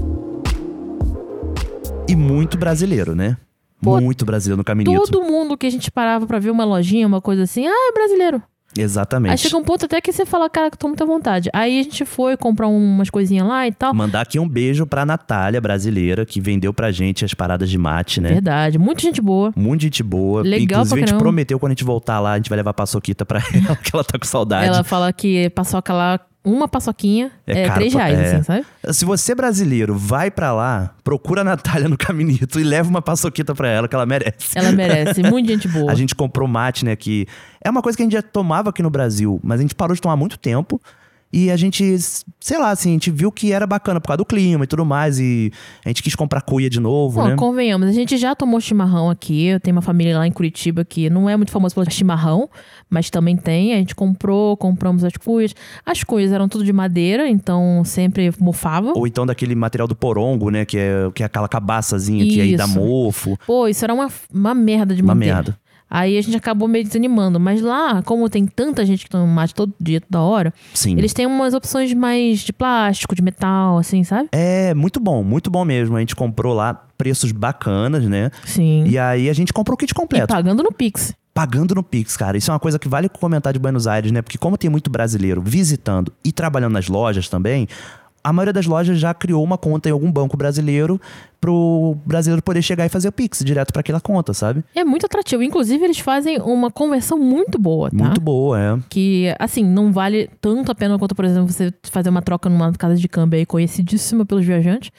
Speaker 2: E muito brasileiro, né?
Speaker 1: Pô,
Speaker 2: muito brasileiro no Caminito.
Speaker 1: Todo mundo que a gente parava pra ver uma lojinha, uma coisa assim, ah, é brasileiro.
Speaker 2: Exatamente.
Speaker 1: Aí chega um ponto até que você fala, cara, que eu tô muito à vontade. Aí a gente foi comprar umas coisinhas lá e tal.
Speaker 2: Mandar aqui um beijo pra Natália, brasileira, que vendeu pra gente as paradas de mate, né?
Speaker 1: Verdade, muita gente boa.
Speaker 2: Muito gente boa.
Speaker 1: Legal pra
Speaker 2: Inclusive, a gente
Speaker 1: caramba.
Speaker 2: prometeu quando a gente voltar lá, a gente vai levar a paçoquita pra ela, que ela tá com saudade.
Speaker 1: Ela fala que paçoca lá, uma paçoquinha
Speaker 2: É
Speaker 1: é,
Speaker 2: caro
Speaker 1: 3
Speaker 2: pra-
Speaker 1: reais,
Speaker 2: é.
Speaker 1: assim, sabe?
Speaker 2: Se você, é brasileiro, vai pra lá, procura a Natália no Caminito e leva uma paçoquita pra ela, que ela merece.
Speaker 1: Ela merece, muita gente boa.
Speaker 2: A gente comprou mate, né? Que é uma coisa que a gente já tomava aqui no Brasil, mas a gente parou de tomar há muito tempo. E a gente, sei lá, assim, a gente viu que era bacana por causa do clima e tudo mais. E a gente quis comprar cuia de novo,
Speaker 1: Bom,
Speaker 2: né?
Speaker 1: convenhamos, a gente já tomou chimarrão aqui. Eu tenho uma família lá em Curitiba que não é muito famosa pelo chimarrão, mas também tem. A gente comprou, compramos as cuias. As cuias eram tudo de madeira, então sempre mofavam.
Speaker 2: Ou então daquele material do porongo, né? Que é, que é aquela cabaçazinha que aí dá
Speaker 1: Isso.
Speaker 2: mofo.
Speaker 1: Pô, isso era uma, uma merda de
Speaker 2: Uma
Speaker 1: manter.
Speaker 2: merda.
Speaker 1: Aí a gente acabou meio desanimando. Mas lá, como tem tanta gente que toma mate todo dia, toda hora,
Speaker 2: Sim.
Speaker 1: eles têm umas opções mais de plástico, de metal, assim, sabe?
Speaker 2: É muito bom, muito bom mesmo. A gente comprou lá preços bacanas, né?
Speaker 1: Sim.
Speaker 2: E aí a gente comprou o kit
Speaker 1: E
Speaker 2: completo.
Speaker 1: pagando no Pix.
Speaker 2: Pagando no Pix, cara. Isso é uma coisa que vale comentar de Buenos Aires, né? Porque como tem muito brasileiro visitando e trabalhando nas lojas também, a maioria das lojas já criou uma conta em algum banco brasileiro pro brasileiro poder chegar e fazer o Pix direto pra aquela conta, sabe?
Speaker 1: É muito atrativo. Inclusive, eles fazem uma conversão muito boa, tá?
Speaker 2: Muito boa, é.
Speaker 1: que, assim, não vale tanto a pena quanto, por exemplo, você fazer uma troca numa casa de câmbio aí conhecidíssima pelos viajantes,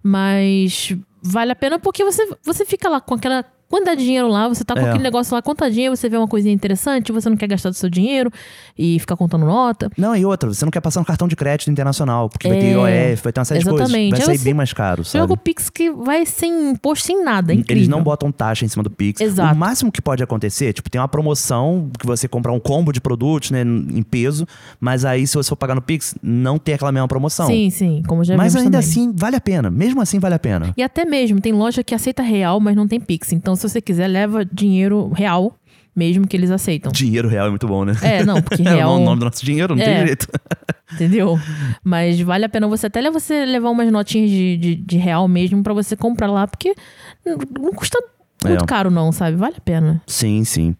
Speaker 1: mas vale a pena porque você, você fica lá com aquela quantidade de dinheiro lá, você tá com
Speaker 2: É.
Speaker 1: aquele negócio lá contadinho, você vê uma coisinha interessante, você não quer gastar do seu dinheiro e ficar contando nota.
Speaker 2: Não, e outra, você não quer passar no cartão de crédito internacional, porque vai
Speaker 1: É.
Speaker 2: ter IOF, vai ter uma série de
Speaker 1: Exatamente.
Speaker 2: coisas.
Speaker 1: Aí
Speaker 2: Vai sair
Speaker 1: você
Speaker 2: bem mais caro, sabe?
Speaker 1: Joga o Pix que vai sem imposto, sem nada, é incrível.
Speaker 2: Eles não botam taxa em cima do Pix.
Speaker 1: Exato.
Speaker 2: O máximo que pode acontecer, tipo, tem uma promoção que você comprar um combo de produtos, né, em peso, mas aí se você for pagar no Pix, não tem aquela mesma promoção.
Speaker 1: Sim, sim, como já
Speaker 2: mas
Speaker 1: vimos
Speaker 2: ainda
Speaker 1: também.
Speaker 2: assim, vale a pena. Mesmo assim, vale a pena.
Speaker 1: E até mesmo, tem loja que aceita real, mas não tem Pix. Então, se você quiser, leva dinheiro real, mesmo que eles aceitam.
Speaker 2: Dinheiro real é muito bom, né?
Speaker 1: É, não, porque
Speaker 2: É
Speaker 1: real.
Speaker 2: o nome do nosso dinheiro, não
Speaker 1: É.
Speaker 2: tem jeito.
Speaker 1: Entendeu? Mas vale a pena você até le- você levar umas notinhas de, de, de real mesmo pra você comprar lá, porque n- não custa muito
Speaker 2: É.
Speaker 1: caro, não, sabe? Vale a pena.
Speaker 2: Sim, sim.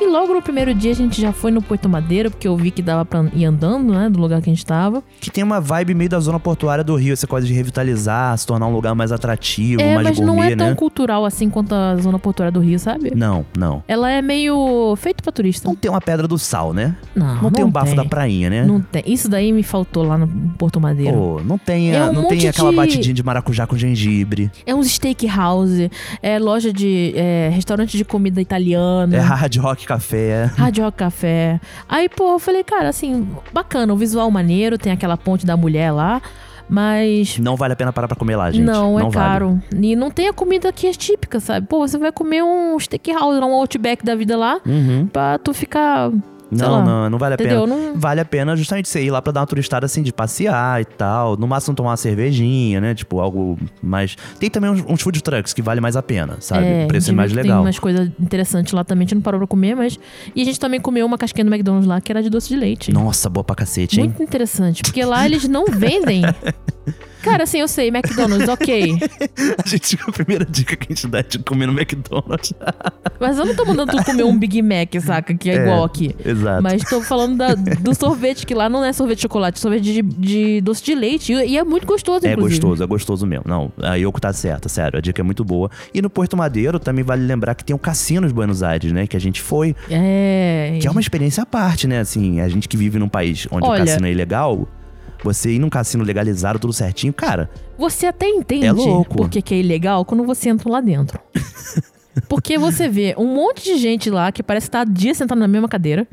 Speaker 1: E logo no primeiro dia a gente já foi no Porto Madeira, porque eu vi que dava pra ir andando, né? Do lugar que a gente tava.
Speaker 2: Que tem uma vibe meio da zona portuária do Rio, essa coisa de revitalizar, se tornar um lugar mais atrativo,
Speaker 1: é,
Speaker 2: mais
Speaker 1: mas
Speaker 2: gourmet,
Speaker 1: não é tão
Speaker 2: né?
Speaker 1: cultural assim quanto a Zona Portuária do Rio, sabe?
Speaker 2: Não, não.
Speaker 1: Ela é meio feito pra turista.
Speaker 2: Não tem uma pedra do sal, né?
Speaker 1: Não,
Speaker 2: Não, tem um bafo da prainha, né?
Speaker 1: Não tem. Isso daí me faltou lá no Porto Madeira.
Speaker 2: Pô, não tem, a-
Speaker 1: É um
Speaker 2: não
Speaker 1: monte
Speaker 2: tem aquela
Speaker 1: de-
Speaker 2: batidinha de maracujá com gengibre.
Speaker 1: É uns steakhouse, é loja de. é, restaurante de comida italiana.
Speaker 2: É hard rock café. é.
Speaker 1: Rádio Rock Café. Aí, pô, eu falei, cara, assim, bacana, o visual maneiro, tem aquela ponte da mulher lá, mas
Speaker 2: Não vale a pena parar pra comer lá, Hum, gente.
Speaker 1: não, é
Speaker 2: vale.
Speaker 1: caro. E não tem a comida que é típica, sabe? Pô, você vai comer um steakhouse, um outback da vida lá,
Speaker 2: Uhum.
Speaker 1: pra tu ficar. sei
Speaker 2: Não,
Speaker 1: lá,
Speaker 2: não, não vale a
Speaker 1: Entendeu?
Speaker 2: pena.
Speaker 1: Não-
Speaker 2: Vale a pena justamente você ir lá pra dar uma turistada assim, de passear e tal. No máximo tomar uma cervejinha, né? Tipo, algo mais. Tem também uns, uns food trucks que vale mais a pena, sabe?
Speaker 1: É,
Speaker 2: o preço é
Speaker 1: de-
Speaker 2: mais
Speaker 1: Tem
Speaker 2: legal.
Speaker 1: umas coisas interessantes lá também, a gente não parou pra comer, mas. E a gente também comeu uma casquinha do McDonald's lá, que era de doce de leite.
Speaker 2: Nossa, boa pra cacete, hein?
Speaker 1: Muito interessante, porque lá eles não vendem. Cara, assim, eu sei, McDonald's, ok.
Speaker 2: A gente, a primeira dica que a gente dá é de comer no McDonald's.
Speaker 1: Mas eu não tô mandando tu comer um Big Mac, saca? Que é,
Speaker 2: É,
Speaker 1: igual aqui.
Speaker 2: Exato.
Speaker 1: Mas tô falando da- do sorvete, que lá não é sorvete de chocolate, é sorvete de, de doce de leite. E e é muito gostoso,
Speaker 2: É
Speaker 1: inclusive.
Speaker 2: gostoso, é gostoso mesmo. Não, a Yoko tá certa, sério. A dica é muito boa. E no Porto Madeiro também vale lembrar que tem um cassino de Buenos Aires, né? Que a gente foi.
Speaker 1: É.
Speaker 2: Que é uma experiência à parte, né? Assim, a gente que vive num país onde
Speaker 1: Olha-
Speaker 2: o cassino é ilegal, você ir num cassino legalizado, tudo certinho, cara,
Speaker 1: Você até entende
Speaker 2: É louco.
Speaker 1: por que que é ilegal quando você entra lá dentro. Porque você vê um monte de gente lá que parece estar tá dia sentado na mesma cadeira,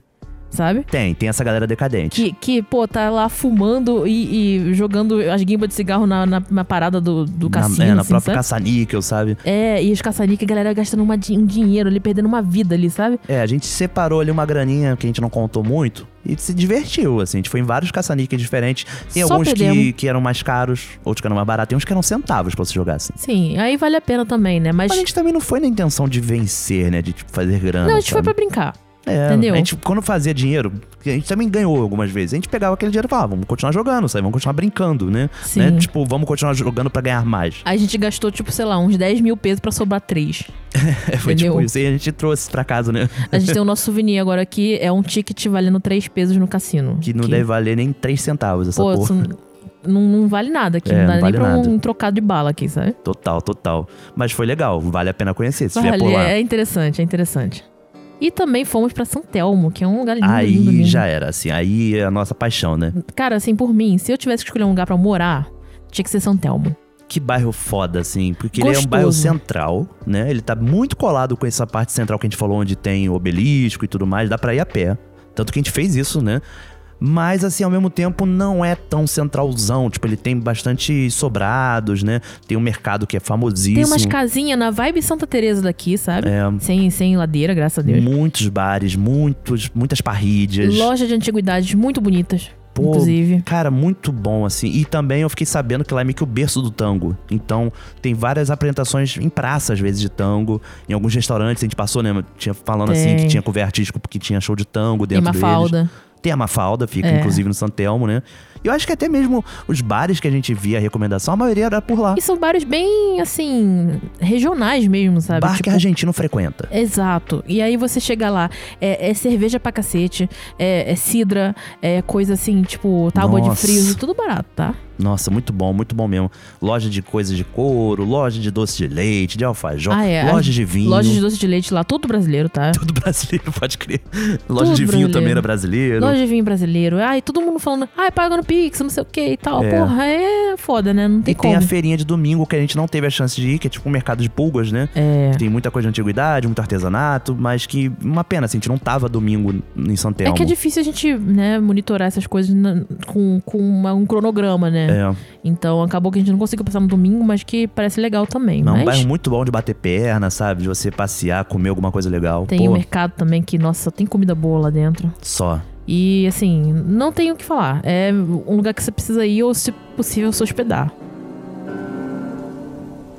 Speaker 1: sabe?
Speaker 2: tem, tem essa galera decadente.
Speaker 1: Que, que, pô, tá lá fumando e, e jogando as guimbas de cigarro na, na- na parada do, do cassino.
Speaker 2: na, é, na
Speaker 1: assim,
Speaker 2: própria
Speaker 1: sabe?
Speaker 2: caça-níquel, sabe?
Speaker 1: É, e os caçarica, a galera gastando uma din- um dinheiro ali, perdendo uma vida ali, sabe?
Speaker 2: É, a gente separou ali uma graninha que a gente não contou muito e se divertiu, assim. A gente foi em vários caça-níqueis diferentes. Tem
Speaker 1: Só
Speaker 2: alguns que,
Speaker 1: perdemos.
Speaker 2: que eram mais caros, outros que eram mais baratos, tem uns que eram centavos pra você jogar, assim.
Speaker 1: Sim, aí vale a pena também, né? Mas.
Speaker 2: Mas a gente também não foi na intenção de vencer, né? De tipo, fazer grana.
Speaker 1: não, a gente foi pra
Speaker 2: sabe?
Speaker 1: brincar.
Speaker 2: É,
Speaker 1: entendeu?
Speaker 2: A gente, quando fazia dinheiro, a gente também ganhou algumas vezes. A gente pegava aquele dinheiro e falava, "Ah, vamos continuar jogando, sabe? Vamos continuar brincando, né?
Speaker 1: Sim.
Speaker 2: Né? Tipo, vamos continuar jogando pra ganhar mais.
Speaker 1: A gente gastou, tipo, sei lá, uns 10 mil pesos pra sobrar três.
Speaker 2: É, foi
Speaker 1: Ah, Entendeu?
Speaker 2: tipo isso. E a gente trouxe pra casa, né?
Speaker 1: A gente tem o nosso souvenir agora aqui, é um ticket valendo três pesos no cassino.
Speaker 2: Que não deve valer nem 3 centavos essa
Speaker 1: Pô,
Speaker 2: porra.
Speaker 1: isso não, não vale nada aqui.
Speaker 2: É,
Speaker 1: não dá nem
Speaker 2: não vale
Speaker 1: pra um,
Speaker 2: nada.
Speaker 1: trocado de bala aqui, sabe?
Speaker 2: Total, total. Mas foi legal, vale a pena conhecer, se vier por
Speaker 1: Vale,
Speaker 2: lá.
Speaker 1: é interessante, é interessante. E também fomos pra São Telmo, que é um lugar lindo,
Speaker 2: Aí
Speaker 1: lindo, lindo.
Speaker 2: já era, assim, aí é a nossa paixão, né?
Speaker 1: Cara, assim, por mim, se eu tivesse que escolher um lugar pra morar, tinha que ser São Telmo.
Speaker 2: Que bairro foda, assim, porque ele é
Speaker 1: Gostoso.
Speaker 2: um bairro central, né? Ele tá muito colado com essa parte central que a gente falou, onde tem obelisco e tudo mais, dá pra ir a pé. Tanto que a gente fez isso, né? Mas, assim, ao mesmo tempo, não é tão centralzão. Tipo, ele tem bastante sobrados, né? Tem um mercado que é famosíssimo.
Speaker 1: Tem umas casinhas na vibe Santa Teresa daqui, sabe?
Speaker 2: É.
Speaker 1: Sem, sem ladeira, graças a Deus.
Speaker 2: Muitos bares, muitos, muitas parrídias.
Speaker 1: Loja de antiguidades muito bonitas,
Speaker 2: Pô,
Speaker 1: inclusive.
Speaker 2: Cara, muito bom, assim. E também eu fiquei sabendo que lá é meio que o berço do tango. Então, tem várias apresentações em praça, às vezes, de tango. Em alguns restaurantes, a gente passou, né? Tinha, falando assim,
Speaker 1: Tem.
Speaker 2: que tinha cover artístico, porque tinha show de tango
Speaker 1: Tem
Speaker 2: dentro
Speaker 1: uma
Speaker 2: deles.
Speaker 1: falda.
Speaker 2: Tem a Mafalda, fica
Speaker 1: É.
Speaker 2: inclusive no Santelmo, né? E eu acho que até mesmo os bares que a gente via a recomendação, a maioria era por lá.
Speaker 1: E são bares bem, assim, regionais mesmo, sabe?
Speaker 2: Bar que
Speaker 1: Tipo,
Speaker 2: argentino frequenta.
Speaker 1: Exato. E aí você chega lá, é, é cerveja pra cacete, é, é sidra, é coisa assim, tipo, tábua de
Speaker 2: Nossa.
Speaker 1: frios e tudo barato, tá?
Speaker 2: Nossa, muito bom, muito bom mesmo. Loja de coisas de couro, loja de doce de leite, de alfajor,
Speaker 1: Ah, é.
Speaker 2: loja de vinho.
Speaker 1: Loja de doce de leite lá, tudo brasileiro, tá?
Speaker 2: Tudo brasileiro, pode crer. Loja
Speaker 1: Tudo
Speaker 2: de vinho
Speaker 1: brasileiro.
Speaker 2: também era brasileiro.
Speaker 1: Loja de vinho brasileiro. Ai, todo mundo falando, ai, paga no Pix, não sei o que e tal.
Speaker 2: É.
Speaker 1: Porra, é foda, né? Não tem
Speaker 2: E tem
Speaker 1: como.
Speaker 2: a feirinha de domingo que a gente não teve a chance de ir, que é tipo um mercado de pulgas, né?
Speaker 1: É.
Speaker 2: Tem muita coisa de antiguidade, muito artesanato, mas que uma pena, assim, a gente não tava domingo em Santelmo.
Speaker 1: É que é difícil a gente, né, monitorar essas coisas na- com, com uma- um cronograma, né?
Speaker 2: É,
Speaker 1: Então acabou que a gente não conseguiu passar no domingo, mas que parece legal também.
Speaker 2: mas é um
Speaker 1: mas
Speaker 2: bairro muito bom de bater perna, sabe? De você passear, comer alguma coisa legal.
Speaker 1: tem o
Speaker 2: Pô,
Speaker 1: mercado também que, nossa, só tem comida boa lá dentro.
Speaker 2: só.
Speaker 1: E assim, não tem o que falar. É um lugar que você precisa ir ou, se possível, se hospedar.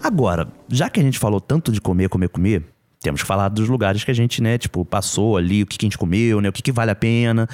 Speaker 2: Agora, já que a gente falou tanto de comer, comer, comer, temos que falar dos lugares que a gente, né, tipo, passou ali, o que, que a gente comeu, né, o que, que vale a pena.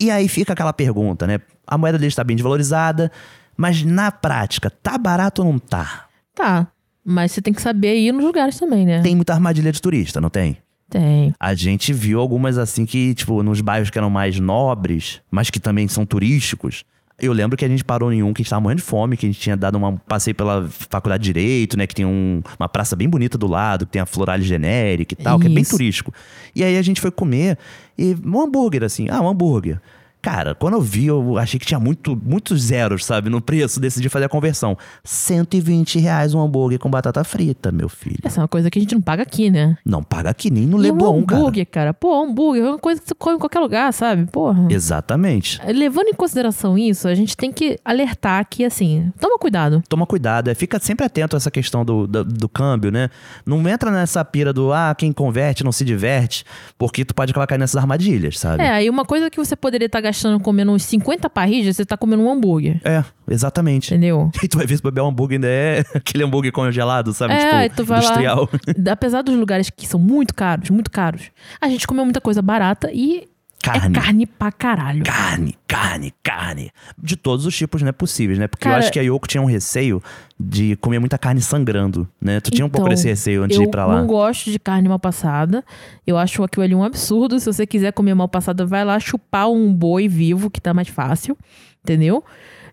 Speaker 2: E aí fica aquela pergunta, né? A moeda deles tá bem desvalorizada, mas na prática, tá barato ou não tá?
Speaker 1: Tá. Mas você tem que saber ir nos lugares também, né?
Speaker 2: Tem muita armadilha de turista, não tem?
Speaker 1: Tem.
Speaker 2: A gente viu algumas assim que, tipo, nos bairros que eram mais nobres, mas que também são turísticos. Eu lembro que a gente parou em um que estava morrendo de fome, que a gente tinha dado uma passeio pela faculdade de direito, né, que tem um- uma praça bem bonita do lado, que tem a floral genérica e tal, que é bem
Speaker 1: Isso.
Speaker 2: turístico. E aí a gente foi comer e um hambúrguer assim, ah, um hambúrguer. Cara, quando eu vi, eu achei que tinha muito, muitos zeros, sabe, no preço, decidi fazer a conversão. 120 reais um hambúrguer com batata frita, meu filho.
Speaker 1: Essa é uma coisa que a gente não paga aqui, né?
Speaker 2: Não paga aqui nem
Speaker 1: E um
Speaker 2: no Leblon, cara.
Speaker 1: hambúrguer, cara. Pô, hambúrguer é uma coisa que você come em qualquer lugar, sabe? Porra.
Speaker 2: Exatamente.
Speaker 1: Levando em consideração isso, a gente tem que alertar que, assim, toma cuidado.
Speaker 2: Toma cuidado, é, fica sempre atento a essa questão do, do, do câmbio, né? Não entra nessa pira do, ah, quem converte não se diverte, porque tu pode acabar caindo nessas armadilhas, sabe?
Speaker 1: É, aí uma coisa que você poderia estar gastando comendo uns 50 parrillas, você tá comendo um hambúrguer.
Speaker 2: É, exatamente.
Speaker 1: Entendeu?
Speaker 2: E tu vai ver se beber um hambúrguer ainda é aquele hambúrguer congelado, sabe?
Speaker 1: é, aí
Speaker 2: tipo,
Speaker 1: tu vai
Speaker 2: industrial.
Speaker 1: lá. Apesar dos lugares que são muito caros, muito caros, a gente comeu muita coisa barata e
Speaker 2: Carne.
Speaker 1: é carne pra caralho.
Speaker 2: Carne, carne, carne. De todos os tipos, né, possíveis, né? Porque eu
Speaker 1: Cara-
Speaker 2: acho que a Yoko tinha um receio de comer muita carne sangrando, né? Tu tinha um pouco
Speaker 1: Então,
Speaker 2: desse receio antes
Speaker 1: eu
Speaker 2: de ir pra lá. É
Speaker 1: não gosto de carne mal passada. Eu acho aquilo ali um absurdo. Se você quiser comer mal passada, vai lá chupar um boi vivo, que tá mais fácil. Entendeu?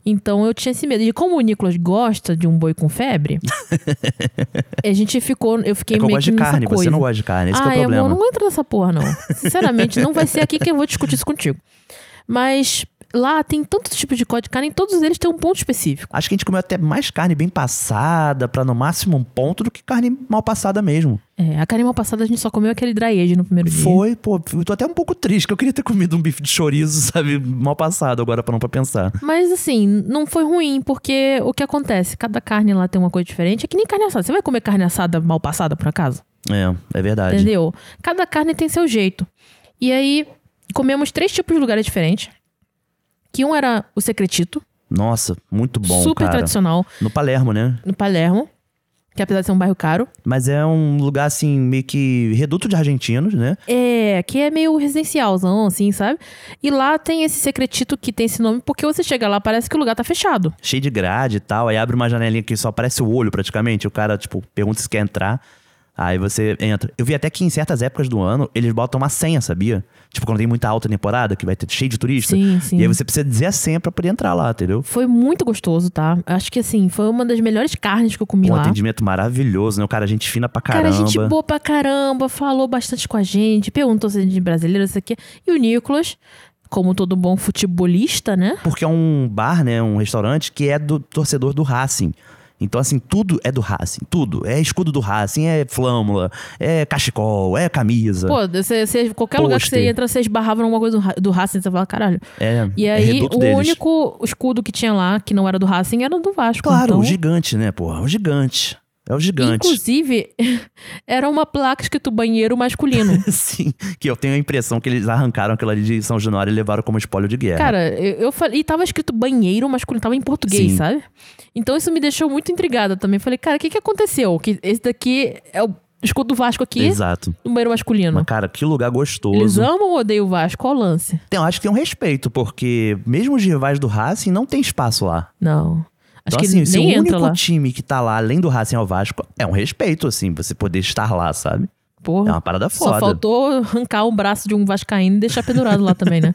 Speaker 1: Então eu tinha esse medo. E como o Nicolas gosta de um boi com febre, a gente ficou. Eu fiquei
Speaker 2: É que eu
Speaker 1: meio
Speaker 2: gosto de
Speaker 1: que nessa
Speaker 2: carne,
Speaker 1: coisa. Ah,
Speaker 2: você não gosta de carne, esse que é o
Speaker 1: Ai,
Speaker 2: problema.
Speaker 1: amor, não entra nessa porra, não. Sinceramente, não vai ser aqui que eu vou discutir isso contigo. Mas lá tem tantos tipos de código de carne, e todos eles têm um ponto específico.
Speaker 2: Acho que a gente comeu até mais carne bem passada, pra no máximo um ponto, do que carne mal passada mesmo.
Speaker 1: É, a carne mal passada a gente só comeu aquele dry age no primeiro dia.
Speaker 2: Foi, pô, eu tô até um pouco triste, que eu queria ter comido um bife de chorizo, sabe, mal passado agora, pra não pra pensar.
Speaker 1: Mas assim, não foi ruim, porque o que acontece? Cada carne lá tem uma coisa diferente. É que nem carne assada. Você vai comer carne assada mal passada, por acaso?
Speaker 2: É, é verdade.
Speaker 1: Entendeu? Cada carne tem seu jeito. E aí, comemos três tipos de lugares diferentes. Que um era o secretito,
Speaker 2: Nossa, muito bom,
Speaker 1: super
Speaker 2: cara.
Speaker 1: tradicional,
Speaker 2: No Palermo, né?
Speaker 1: no Palermo. Que apesar de ser um bairro caro.
Speaker 2: Mas é um lugar, assim, meio que reduto de argentinos, né?
Speaker 1: É, que é meio residencialzão, assim, sabe? E lá tem esse secretito que tem esse nome, porque você chega lá, parece que o lugar tá fechado.
Speaker 2: Cheio de grade e tal, aí abre uma janelinha que só aparece o olho, praticamente, o cara, tipo, pergunta se quer entrar... Aí você entra. Eu vi até que em certas épocas do ano eles botam uma senha, sabia? Tipo, quando tem muita alta temporada, que vai ter cheio de turista.
Speaker 1: Sim, sim.
Speaker 2: E aí você precisa dizer a senha pra poder entrar lá, entendeu?
Speaker 1: Foi muito gostoso, tá? Acho que assim, foi uma das melhores carnes que eu comi
Speaker 2: Um
Speaker 1: lá.
Speaker 2: atendimento maravilhoso, né? O cara, gente fina pra
Speaker 1: Cara,
Speaker 2: caramba.
Speaker 1: gente boa pra caramba, falou bastante com a gente, perguntou se a gente é brasileiro, isso aqui. E o Nicolas, como todo bom futebolista, né?
Speaker 2: Porque é um bar, né? Um restaurante que é do torcedor do Racing. Então, assim, tudo é do Racing. Tudo. É escudo do Racing, é flâmula, é cachecol, é camisa.
Speaker 1: Pô, você, você- qualquer lugar que você
Speaker 2: Pôster.
Speaker 1: entra, você esbarrava alguma coisa do, Ra- do Racing, você fala, caralho.
Speaker 2: é,
Speaker 1: E
Speaker 2: é
Speaker 1: aí,
Speaker 2: reduto
Speaker 1: o
Speaker 2: deles.
Speaker 1: único escudo que tinha lá, que não era do Racing, era do Vasco.
Speaker 2: Claro,
Speaker 1: então...
Speaker 2: o Tipo, um gigante, né, porra? O gigante. É o gigante.
Speaker 1: Inclusive, era uma placa escrito banheiro masculino.
Speaker 2: Sim, que eu tenho a impressão que eles arrancaram aquela ali de São Januário e levaram como espólio de guerra.
Speaker 1: Cara, eu, eu falei. E tava escrito banheiro masculino, tava em português,
Speaker 2: Sim.
Speaker 1: sabe? Então isso me deixou muito intrigada também. Falei, cara, o que, que aconteceu? Que esse daqui é o escudo do Vasco aqui,
Speaker 2: Exato.
Speaker 1: no banheiro masculino.
Speaker 2: Mas, cara, que lugar gostoso.
Speaker 1: Eles amam ou odeiam o Vasco? Qual o lance?
Speaker 2: Tem- eu acho que tem um respeito, porque mesmo os rivais do Racing não tem espaço lá.
Speaker 1: Não. Acho
Speaker 2: Então,
Speaker 1: que
Speaker 2: assim,
Speaker 1: ele
Speaker 2: se
Speaker 1: nem
Speaker 2: o
Speaker 1: entra
Speaker 2: único
Speaker 1: lá.
Speaker 2: time que tá lá, além do Racing ao Vasco, é um respeito, assim, você poder estar lá, sabe? É
Speaker 1: Porra.
Speaker 2: uma parada
Speaker 1: Só
Speaker 2: foda.
Speaker 1: faltou arrancar um braço de um Vascaíno e deixar pendurado lá também, né?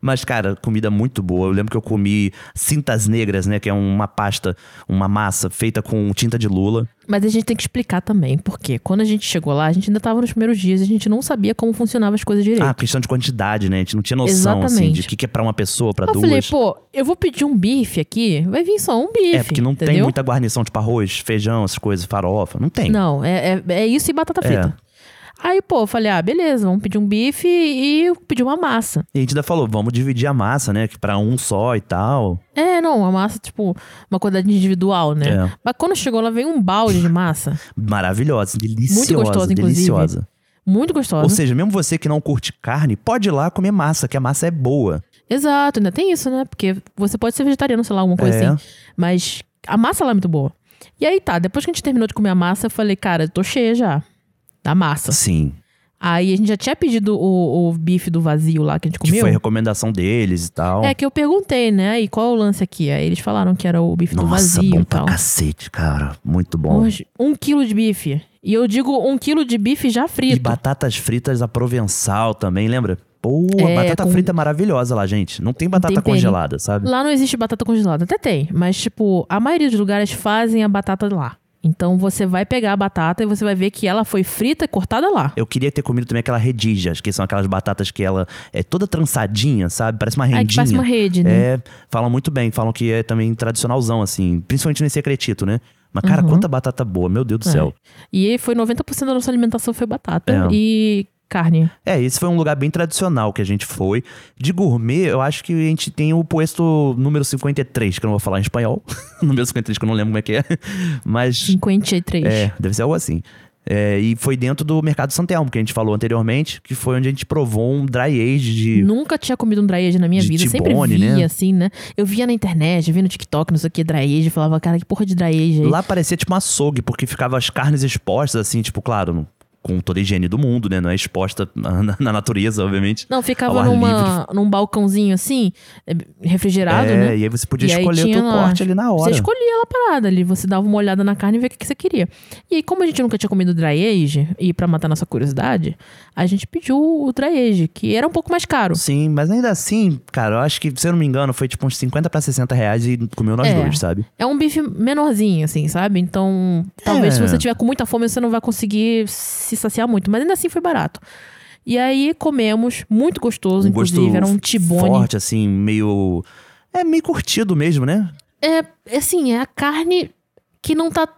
Speaker 2: Mas, cara, comida muito boa. Eu lembro que eu comi cintas negras, né? Que é uma pasta, uma massa feita com tinta de lula.
Speaker 1: Mas a gente tem que explicar também, porque quando a gente chegou lá, a gente ainda tava nos primeiros dias, a gente não sabia como funcionava as coisas direito.
Speaker 2: Ah, questão de quantidade, né? A gente não tinha noção, assim,
Speaker 1: Exatamente.
Speaker 2: de o que, que é pra uma pessoa, pra
Speaker 1: eu
Speaker 2: duas.
Speaker 1: falei, pô, eu vou pedir um bife aqui, vai vir só um bife.
Speaker 2: é, porque não tem
Speaker 1: entendeu?
Speaker 2: muita guarnição, tipo arroz, feijão, essas coisas, farofa. Não tem.
Speaker 1: Não, é, é, é isso e batata
Speaker 2: É.
Speaker 1: frita. Aí, pô, eu falei, ah, beleza, vamos pedir um bife e pedir uma massa.
Speaker 2: E a gente ainda falou, vamos dividir a massa, né? Que pra um só e tal.
Speaker 1: É, não, uma massa, tipo, uma quantidade individual, né?
Speaker 2: É.
Speaker 1: Mas quando chegou, ela veio um balde de massa.
Speaker 2: Maravilhosa, deliciosa.
Speaker 1: gostosa, inclusive.
Speaker 2: deliciosa.
Speaker 1: Muito gostosa.
Speaker 2: Ou seja, mesmo você que não curte carne, pode ir lá comer massa, que a massa é boa.
Speaker 1: Exato, ainda tem isso, né? Porque você pode ser vegetariano, sei lá, alguma coisa
Speaker 2: É.
Speaker 1: assim. Mas a massa lá é muito boa. E aí tá, depois que a gente terminou de comer a massa, eu falei, cara, eu tô cheia já. Da massa.
Speaker 2: Sim.
Speaker 1: Aí a gente já tinha pedido o, o bife do vazio lá que a gente
Speaker 2: Que
Speaker 1: comeu.
Speaker 2: Tipo, foi a recomendação deles e tal.
Speaker 1: É que eu perguntei, né? E qual é o lance aqui? Aí eles falaram que era o bife do
Speaker 2: Nossa,
Speaker 1: vazio
Speaker 2: bom
Speaker 1: e
Speaker 2: pra
Speaker 1: tal.
Speaker 2: cacete, cara. Muito bom.
Speaker 1: Hoje, um quilo de bife. E eu digo um quilo de bife já frito.
Speaker 2: E batatas fritas a provençal também, lembra? Pô, a
Speaker 1: É,
Speaker 2: batata
Speaker 1: com-
Speaker 2: frita é maravilhosa lá, gente. Não tem batata
Speaker 1: Temperinho.
Speaker 2: congelada, sabe?
Speaker 1: Lá não existe batata congelada. Até tem, mas, tipo, a maioria dos lugares fazem a batata lá. Então você vai pegar a batata e você vai ver que ela foi frita e cortada lá.
Speaker 2: Eu queria ter comido também aquela redijas, que são aquelas batatas que ela é toda trançadinha, sabe? Parece uma rendinha.
Speaker 1: Aí que parece uma rede, né?
Speaker 2: É, falam muito bem, falam que é também tradicionalzão, assim, principalmente nesse acretito, né? Mas, cara,
Speaker 1: Uhum.
Speaker 2: quanta batata boa, meu
Speaker 1: É.
Speaker 2: Deus do céu.
Speaker 1: E aí foi 90% da nossa alimentação foi batata
Speaker 2: É.
Speaker 1: e carne.
Speaker 2: É, esse foi um lugar bem tradicional que a gente foi. De gourmet, eu acho que a gente tem o posto número 53, que eu não vou falar em espanhol. número 53, que eu não lembro como é que é. Mas
Speaker 1: 53.
Speaker 2: É, deve ser algo assim. É, e foi dentro do Mercado Santelmo, que a gente falou anteriormente, que foi onde a gente provou um dry age de.
Speaker 1: Nunca tinha comido um dry age na minha
Speaker 2: De
Speaker 1: vida.
Speaker 2: tibone,
Speaker 1: Sempre via,
Speaker 2: né?
Speaker 1: assim, né? Eu via na internet, eu via no TikTok, não sei o que, dry age. eu Falava, cara, que porra de dry age aí?
Speaker 2: Lá parecia tipo um açougue, porque ficava as carnes expostas, assim, tipo, claro, não- com toda a higiene do mundo, né? Não é exposta na, na- na natureza, obviamente.
Speaker 1: Não,
Speaker 2: Ao
Speaker 1: ficava
Speaker 2: ar
Speaker 1: numa, num balcãozinho assim, eh, refrigerado,
Speaker 2: é,
Speaker 1: né?
Speaker 2: e aí você podia
Speaker 1: E aí
Speaker 2: escolher o
Speaker 1: tinha
Speaker 2: teu
Speaker 1: lá,
Speaker 2: corte ali na hora.
Speaker 1: Você escolhia a parada ali, você dava uma olhada na carne e vê o que, que você queria. E aí, como a gente nunca tinha comido dry age, e pra matar nossa curiosidade, a gente pediu o dry age, que era um pouco mais caro.
Speaker 2: Sim, mas ainda assim, cara, eu acho que, se eu não me engano, foi tipo uns 50 pra 60 reais e comeu nós
Speaker 1: É.
Speaker 2: dois, sabe?
Speaker 1: É um bife menorzinho, assim, sabe? Então, talvez
Speaker 2: É.
Speaker 1: se você tiver com muita fome, você não vai conseguir se saciar muito. Mas ainda assim foi barato. E aí comemos, muito gostoso,
Speaker 2: Um
Speaker 1: inclusive.
Speaker 2: gosto
Speaker 1: era um tibone.
Speaker 2: forte, assim, meio... É meio curtido mesmo, né?
Speaker 1: É assim, é a carne que não tá.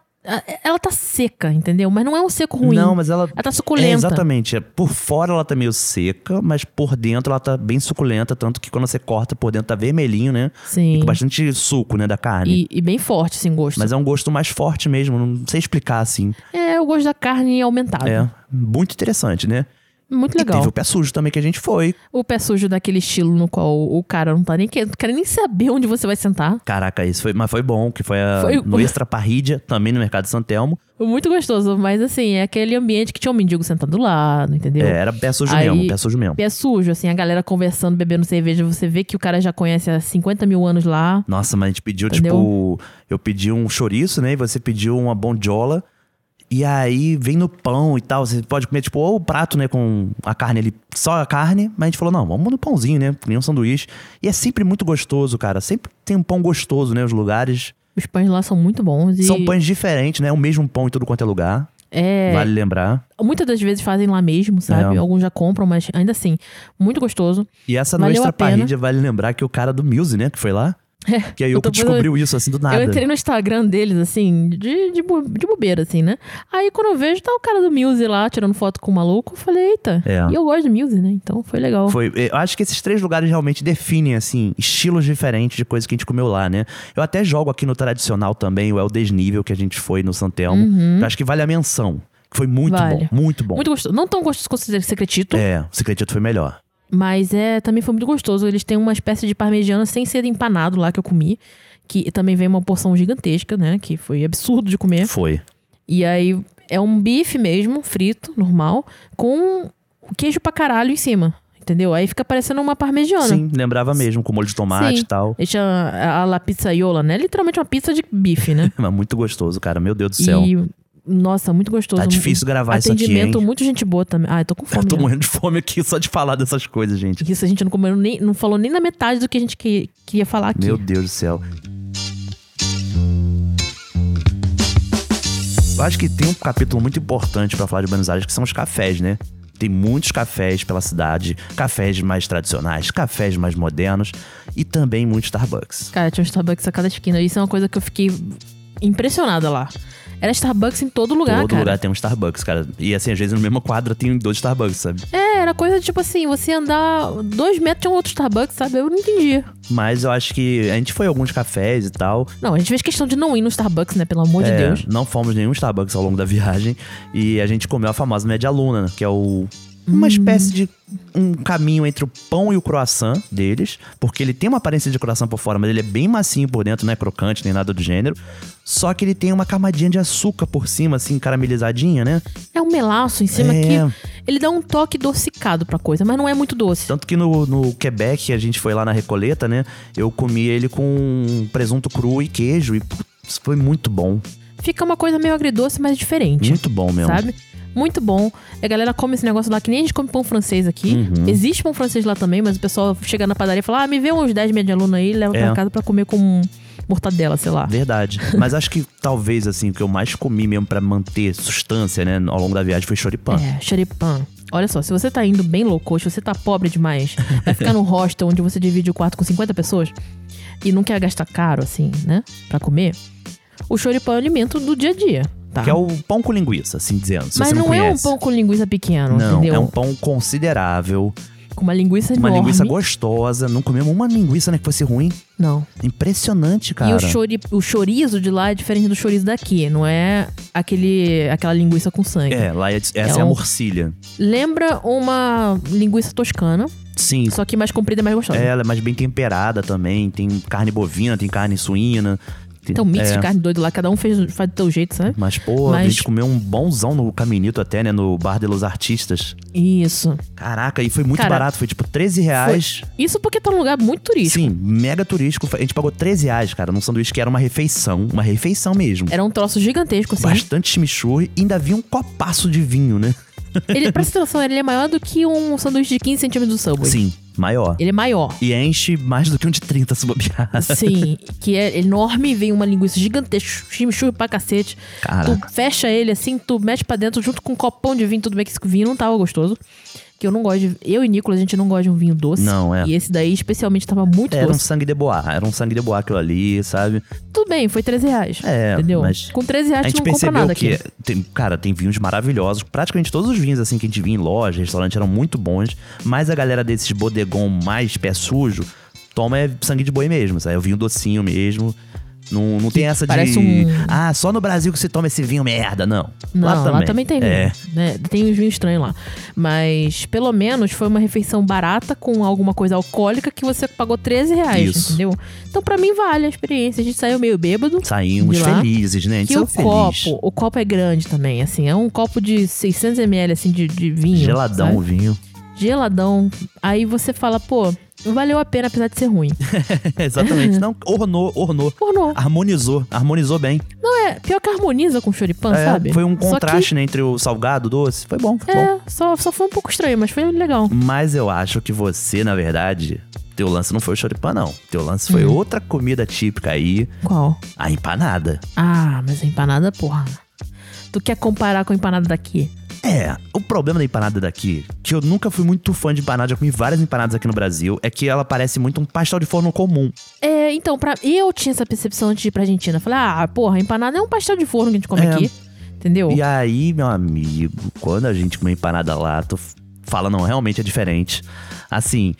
Speaker 1: Ela tá seca, entendeu? Mas não é um seco ruim.
Speaker 2: Não, mas ela...
Speaker 1: Ela tá
Speaker 2: É,
Speaker 1: suculenta.
Speaker 2: exatamente. É, Por fora ela tá meio seca, mas por dentro ela tá bem suculenta, tanto que quando você corta por dentro tá vermelhinho, né? E
Speaker 1: Sim.
Speaker 2: com bastante suco, né, da carne.
Speaker 1: E, e bem forte, assim, o gosto.
Speaker 2: Mas é um gosto mais forte mesmo, não sei explicar assim.
Speaker 1: É o gosto da carne aumentado.
Speaker 2: É, muito interessante, né?
Speaker 1: Muito
Speaker 2: E
Speaker 1: Ah, tá. legal.
Speaker 2: teve o pé sujo também que a gente foi.
Speaker 1: O pé sujo daquele estilo no qual o cara não tá nem querendo, não quer nem saber onde você vai sentar.
Speaker 2: Caraca, isso foi, mas foi bom, que foi, a-
Speaker 1: Foi
Speaker 2: no
Speaker 1: o-
Speaker 2: Extra Parrídia, também no Mercado Santelmo.
Speaker 1: Muito gostoso, mas assim, é aquele ambiente que tinha um mendigo sentado do lado, entendeu?
Speaker 2: É, era pé sujo
Speaker 1: Aí-
Speaker 2: mesmo, pé sujo mesmo.
Speaker 1: Pé sujo, assim, a galera conversando, bebendo cerveja, você vê que o cara já conhece há 50 mil anos lá.
Speaker 2: Nossa, mas a gente pediu,
Speaker 1: Entendeu?
Speaker 2: tipo, eu pedi um chouriço, né? E você pediu uma bondiola. E aí vem no pão e tal. Você pode comer, tipo, ou o prato, né? Com a carne ali, só a carne. Mas a gente falou, não, vamos no pãozinho, né? Nem um sanduíche. E é sempre muito gostoso, cara. Sempre tem um pão gostoso, né? Os lugares.
Speaker 1: Os pães lá são muito bons e
Speaker 2: São pães diferentes, né? O mesmo pão em tudo quanto é lugar.
Speaker 1: é,
Speaker 2: Vale lembrar.
Speaker 1: muitas das vezes fazem lá mesmo, sabe?
Speaker 2: É.
Speaker 1: Alguns já compram, mas ainda assim, muito gostoso.
Speaker 2: E essa no
Speaker 1: Valeu
Speaker 2: Extra
Speaker 1: a pena.
Speaker 2: Parrídia, vale lembrar que o cara do Muse, né? Que foi lá. que aí
Speaker 1: eu
Speaker 2: eu
Speaker 1: tô
Speaker 2: descobriu isso, assim, do nada.
Speaker 1: Eu entrei no Instagram deles, assim, de, de, bo- de bobeira, assim, né? Aí quando eu vejo, tá o cara do Muse lá tirando foto com o maluco, eu falei, eita.
Speaker 2: É.
Speaker 1: E eu gosto de Muse, né? Então foi legal.
Speaker 2: Foi, eh, eu acho que esses três lugares realmente definem, assim, estilos diferentes de coisa que a gente comeu lá, né? Eu até jogo aqui no tradicional também, o El Desnível, que a gente foi no Santelmo. Eu acho que vale a menção. que Foi muito
Speaker 1: Uhum. Vale.
Speaker 2: bom, muito bom.
Speaker 1: Muito gostoso. Não tão gostoso quanto o secretito,
Speaker 2: É, o Secretito foi melhor.
Speaker 1: mas é também foi muito gostoso. Eles têm uma espécie de parmegiana sem ser empanado lá que eu comi. Que também vem uma porção gigantesca, né? Que foi absurdo de comer.
Speaker 2: Foi.
Speaker 1: E aí é um bife mesmo, frito, normal, com queijo pra caralho em cima. Entendeu? Aí fica parecendo uma parmegiana.
Speaker 2: Sim, lembrava mesmo, com molho de tomate
Speaker 1: Sim.
Speaker 2: e tal.
Speaker 1: Ele chama a, a La Pizzaiola, né? Literalmente uma pizza de bife, né?
Speaker 2: Mas muito gostoso, cara. Meu Deus do céu.
Speaker 1: E, nossa, muito gostoso.
Speaker 2: Tá difícil gravar isso aqui, hein?
Speaker 1: Atendimento, muito gente boa também. Ah, eu tô com fome.
Speaker 2: Eu tô
Speaker 1: né?
Speaker 2: morrendo de fome aqui só de falar dessas coisas, gente.
Speaker 1: Isso a gente não comeu nem, não falou nem na metade do que a gente que- queria falar aqui.
Speaker 2: Meu Deus do céu. Eu acho que tem um capítulo muito importante pra falar de Buenos Aires, que são os cafés, né? Tem muitos cafés pela cidade, cafés mais tradicionais, cafés mais modernos e também muitos Starbucks.
Speaker 1: Cara, tinha um Starbucks a cada esquina. Isso é uma coisa que eu fiquei impressionada lá. Era Starbucks em todo lugar,
Speaker 2: Todo
Speaker 1: cara.
Speaker 2: lugar tem um Starbucks, cara. E assim, às vezes na mesma quadra tem dois Starbucks, sabe?
Speaker 1: É, era coisa tipo assim, você andar dois metros de um outro Starbucks, sabe? Eu não entendi.
Speaker 2: Mas eu acho que a gente foi a alguns cafés e tal.
Speaker 1: Não, a gente fez questão de não ir no Starbucks, né? Pelo amor de
Speaker 2: É,
Speaker 1: Deus.
Speaker 2: Não fomos nenhum Starbucks ao longo da viagem. E a gente comeu a famosa média luna, que é o.
Speaker 1: Hum.
Speaker 2: Uma espécie de um caminho entre o pão e o croissant deles, porque ele tem uma aparência de croissant por fora, mas ele é bem macio por dentro, não é crocante nem nada do gênero. Só que ele tem uma camadinha de açúcar por cima, assim, caramelizadinha, né?
Speaker 1: É um melaço em cima
Speaker 2: É. Então-
Speaker 1: que ele dá um toque docicado pra coisa, mas não é muito doce.
Speaker 2: Tanto que no, no Quebec, a gente foi lá na Recoleta, né? Eu comi ele com presunto cru e queijo, e putz, foi muito bom.
Speaker 1: fica uma coisa meio agridoce, mas diferente.
Speaker 2: Muito bom mesmo.
Speaker 1: Sabe? Muito bom. A galera come esse negócio lá que nem a gente come pão francês aqui.
Speaker 2: Uhum.
Speaker 1: Existe pão francês lá também, mas o pessoal chega na padaria e fala: ah, me vê uns 10 medialunas aí, leva
Speaker 2: É.
Speaker 1: pra casa pra comer com mortadela, sei lá.
Speaker 2: Verdade. Mas acho que talvez, assim, o que eu mais comi mesmo pra manter sustância, né, ao longo da viagem foi choripan.
Speaker 1: É, xeripan. Olha só, se você tá indo bem louco, se você tá pobre demais, vai ficar num hostel onde você divide o quarto com 50 pessoas e não quer gastar caro, assim, né? Pra comer, o choripan é o alimento do dia a dia, tá?
Speaker 2: Que é o pão com linguiça, assim dizendo. Se
Speaker 1: Mas
Speaker 2: você não,
Speaker 1: não, é um
Speaker 2: conhece.
Speaker 1: pão com linguiça pequeno,
Speaker 2: Não,
Speaker 1: entendeu?
Speaker 2: é um pão considerável,
Speaker 1: Com uma linguiça
Speaker 2: uma
Speaker 1: enorme.
Speaker 2: linguiça gostosa. Não comemos uma linguiça, né, que fosse ruim.
Speaker 1: Não.
Speaker 2: Impressionante, cara.
Speaker 1: E o, chori, o chorizo de lá é diferente do chorizo daqui, não é aquele, aquela linguiça com sangue.
Speaker 2: É, lá é, essa é,
Speaker 1: É
Speaker 2: a
Speaker 1: um-
Speaker 2: morcilha.
Speaker 1: Lembra uma linguiça toscana,
Speaker 2: Sim.
Speaker 1: só que mais comprida e mais gostosa.
Speaker 2: Ela é mais bem temperada também. Tem carne bovina, tem carne suína. Tem-
Speaker 1: Então, mix
Speaker 2: é, Uhum.
Speaker 1: de carne doido lá, cada um fez, faz do teu jeito, sabe?
Speaker 2: Mas, pô, a
Speaker 1: Mas-
Speaker 2: gente comeu um bonzão no Caminito até, né? No Bar de los Artistas.
Speaker 1: Isso.
Speaker 2: Caraca, e foi muito
Speaker 1: Cara,
Speaker 2: barato. Foi tipo 13 reais.
Speaker 1: Isso porque tá num lugar muito turístico.
Speaker 2: Sim, mega turístico. A gente pagou 13 reais, cara, num sanduíche que era uma refeição. Uma refeição mesmo.
Speaker 1: Era um troço gigantesco, assim.
Speaker 2: Bastante chimichurri. E ainda havia um copaço de vinho, né?
Speaker 1: Ele, pra você ter noção, ele é maior do que um sanduíche de 15 centímetros do Subway.
Speaker 2: Sim, maior.
Speaker 1: Ele é maior.
Speaker 2: E enche mais do que um de 30 se bobear.
Speaker 1: Sim, que é enorme, vem uma linguiça gigantesca, chimichurri pra cacete.
Speaker 2: Caraca.
Speaker 1: Tu fecha ele assim, tu mete pra dentro junto com um copão de vinho, tudo bem que esse vinho não tava gostoso. Que eu não gosto de. Eu e Nicolas, a gente não gosta de um vinho doce.
Speaker 2: Não, é.
Speaker 1: E esse daí, especialmente, tava muito
Speaker 2: Era um
Speaker 1: doce.
Speaker 2: sangue de boa, era um sangue de boa aquilo ali, sabe?
Speaker 1: Tudo bem, foi 13 reais.
Speaker 2: É,
Speaker 1: entendeu?
Speaker 2: mas
Speaker 1: Com 13 reais
Speaker 2: A
Speaker 1: tu
Speaker 2: gente
Speaker 1: não compra
Speaker 2: percebeu
Speaker 1: nada
Speaker 2: que,
Speaker 1: aqui.
Speaker 2: tem- cara, tem vinhos maravilhosos. Praticamente todos os vinhos, assim, que a gente via em loja, restaurante, eram muito bons. Mas a galera desses bodegão mais pé sujo, toma é sangue de boi mesmo, sabe? É o vinho docinho mesmo. Não, não tem essa
Speaker 1: parece
Speaker 2: de...
Speaker 1: um-
Speaker 2: Ah, só no Brasil que se toma esse vinho merda. Não,
Speaker 1: Não,
Speaker 2: lá também.
Speaker 1: tem vinho.
Speaker 2: É,
Speaker 1: né? Tem uns vinhos estranhos lá. Mas, pelo menos, foi uma refeição barata com alguma coisa alcoólica que você pagou 13 reais,
Speaker 2: Isso.
Speaker 1: entendeu? Então, pra mim, vale a experiência. A gente saiu meio bêbado.
Speaker 2: saímos
Speaker 1: De lá,
Speaker 2: felizes, né? A gente
Speaker 1: Que
Speaker 2: saiu
Speaker 1: o
Speaker 2: feliz.
Speaker 1: copo, o copo é grande também, assim. É um copo de 600ml, assim, de, de vinho.
Speaker 2: Geladão
Speaker 1: sabe?
Speaker 2: o vinho.
Speaker 1: Geladão. Aí você fala, pô, valeu a pena apesar de ser ruim.
Speaker 2: Exatamente. Não, ornou, ornou.
Speaker 1: Pornô.
Speaker 2: Harmonizou, harmonizou bem.
Speaker 1: Não é, pior que harmoniza com choripan,
Speaker 2: É,
Speaker 1: sabe?
Speaker 2: Foi um
Speaker 1: Só que-
Speaker 2: contraste né, entre o salgado, o doce. Foi bom, foi bom.
Speaker 1: é, só, só foi um pouco estranho, mas foi legal.
Speaker 2: Mas eu acho que você, na verdade, teu lance não foi o choripã, não. Teu lance foi outra comida típica aí,
Speaker 1: Qual?
Speaker 2: a empanada.
Speaker 1: Ah, mas a empanada, porra. Tu quer comparar com a empanada daqui?
Speaker 2: É, o problema da empanada daqui, que eu nunca fui muito fã de empanada, já comi várias empanadas aqui no Brasil, é que ela parece muito um pastel de forno comum.
Speaker 1: É, então, pra... eu tinha essa percepção antes de ir pra Argentina. Eu Falei, ah, porra, empanada é um pastel de forno que a gente come
Speaker 2: É.
Speaker 1: aqui. Entendeu?
Speaker 2: E aí, meu amigo, quando a gente come empanada lá, tu fala, não, realmente é diferente. Assim,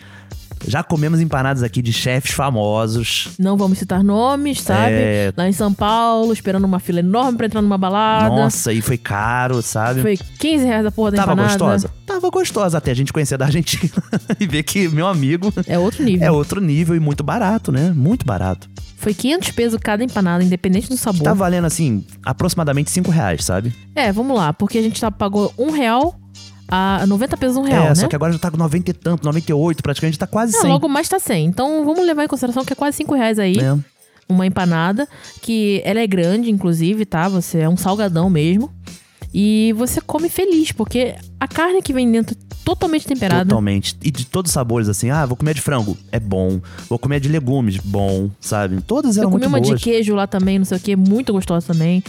Speaker 2: já comemos empanadas aqui de chefes famosos.
Speaker 1: Não vamos citar nomes, sabe?
Speaker 2: É.
Speaker 1: Lá em São Paulo, esperando uma fila enorme pra entrar numa balada.
Speaker 2: Nossa, e foi caro, sabe?
Speaker 1: Foi 15 reais a porra da
Speaker 2: Tava
Speaker 1: empanada.
Speaker 2: gostosa? Tava gostosa até a gente conhecer da Argentina e ver que, meu amigo,
Speaker 1: É outro nível.
Speaker 2: é outro nível e muito barato, né? Muito barato.
Speaker 1: Foi 500 pesos cada empanada, independente do sabor.
Speaker 2: Tá valendo, assim, aproximadamente 5 reais, sabe?
Speaker 1: É, vamos lá, porque a gente tá, pagou um real a 90 pesos um real,
Speaker 2: é,
Speaker 1: né?
Speaker 2: só que agora já tá com 90 e tanto, 98, praticamente tá quase
Speaker 1: É,
Speaker 2: 100.
Speaker 1: logo mais tá 100. Então vamos levar em consideração que é quase 5 reais aí.
Speaker 2: né?
Speaker 1: Uma empanada, que ela é grande, inclusive, tá? Você é um salgadão mesmo. E você come feliz, porque a carne que vem dentro é totalmente temperada.
Speaker 2: Totalmente. E de todos os sabores, assim, ah, vou comer de frango, é bom. Vou comer de legumes, bom, sabe? Todas
Speaker 1: Eu
Speaker 2: eram
Speaker 1: comi
Speaker 2: muito
Speaker 1: uma
Speaker 2: boas.
Speaker 1: de queijo lá também, não sei o que, muito gostosa também.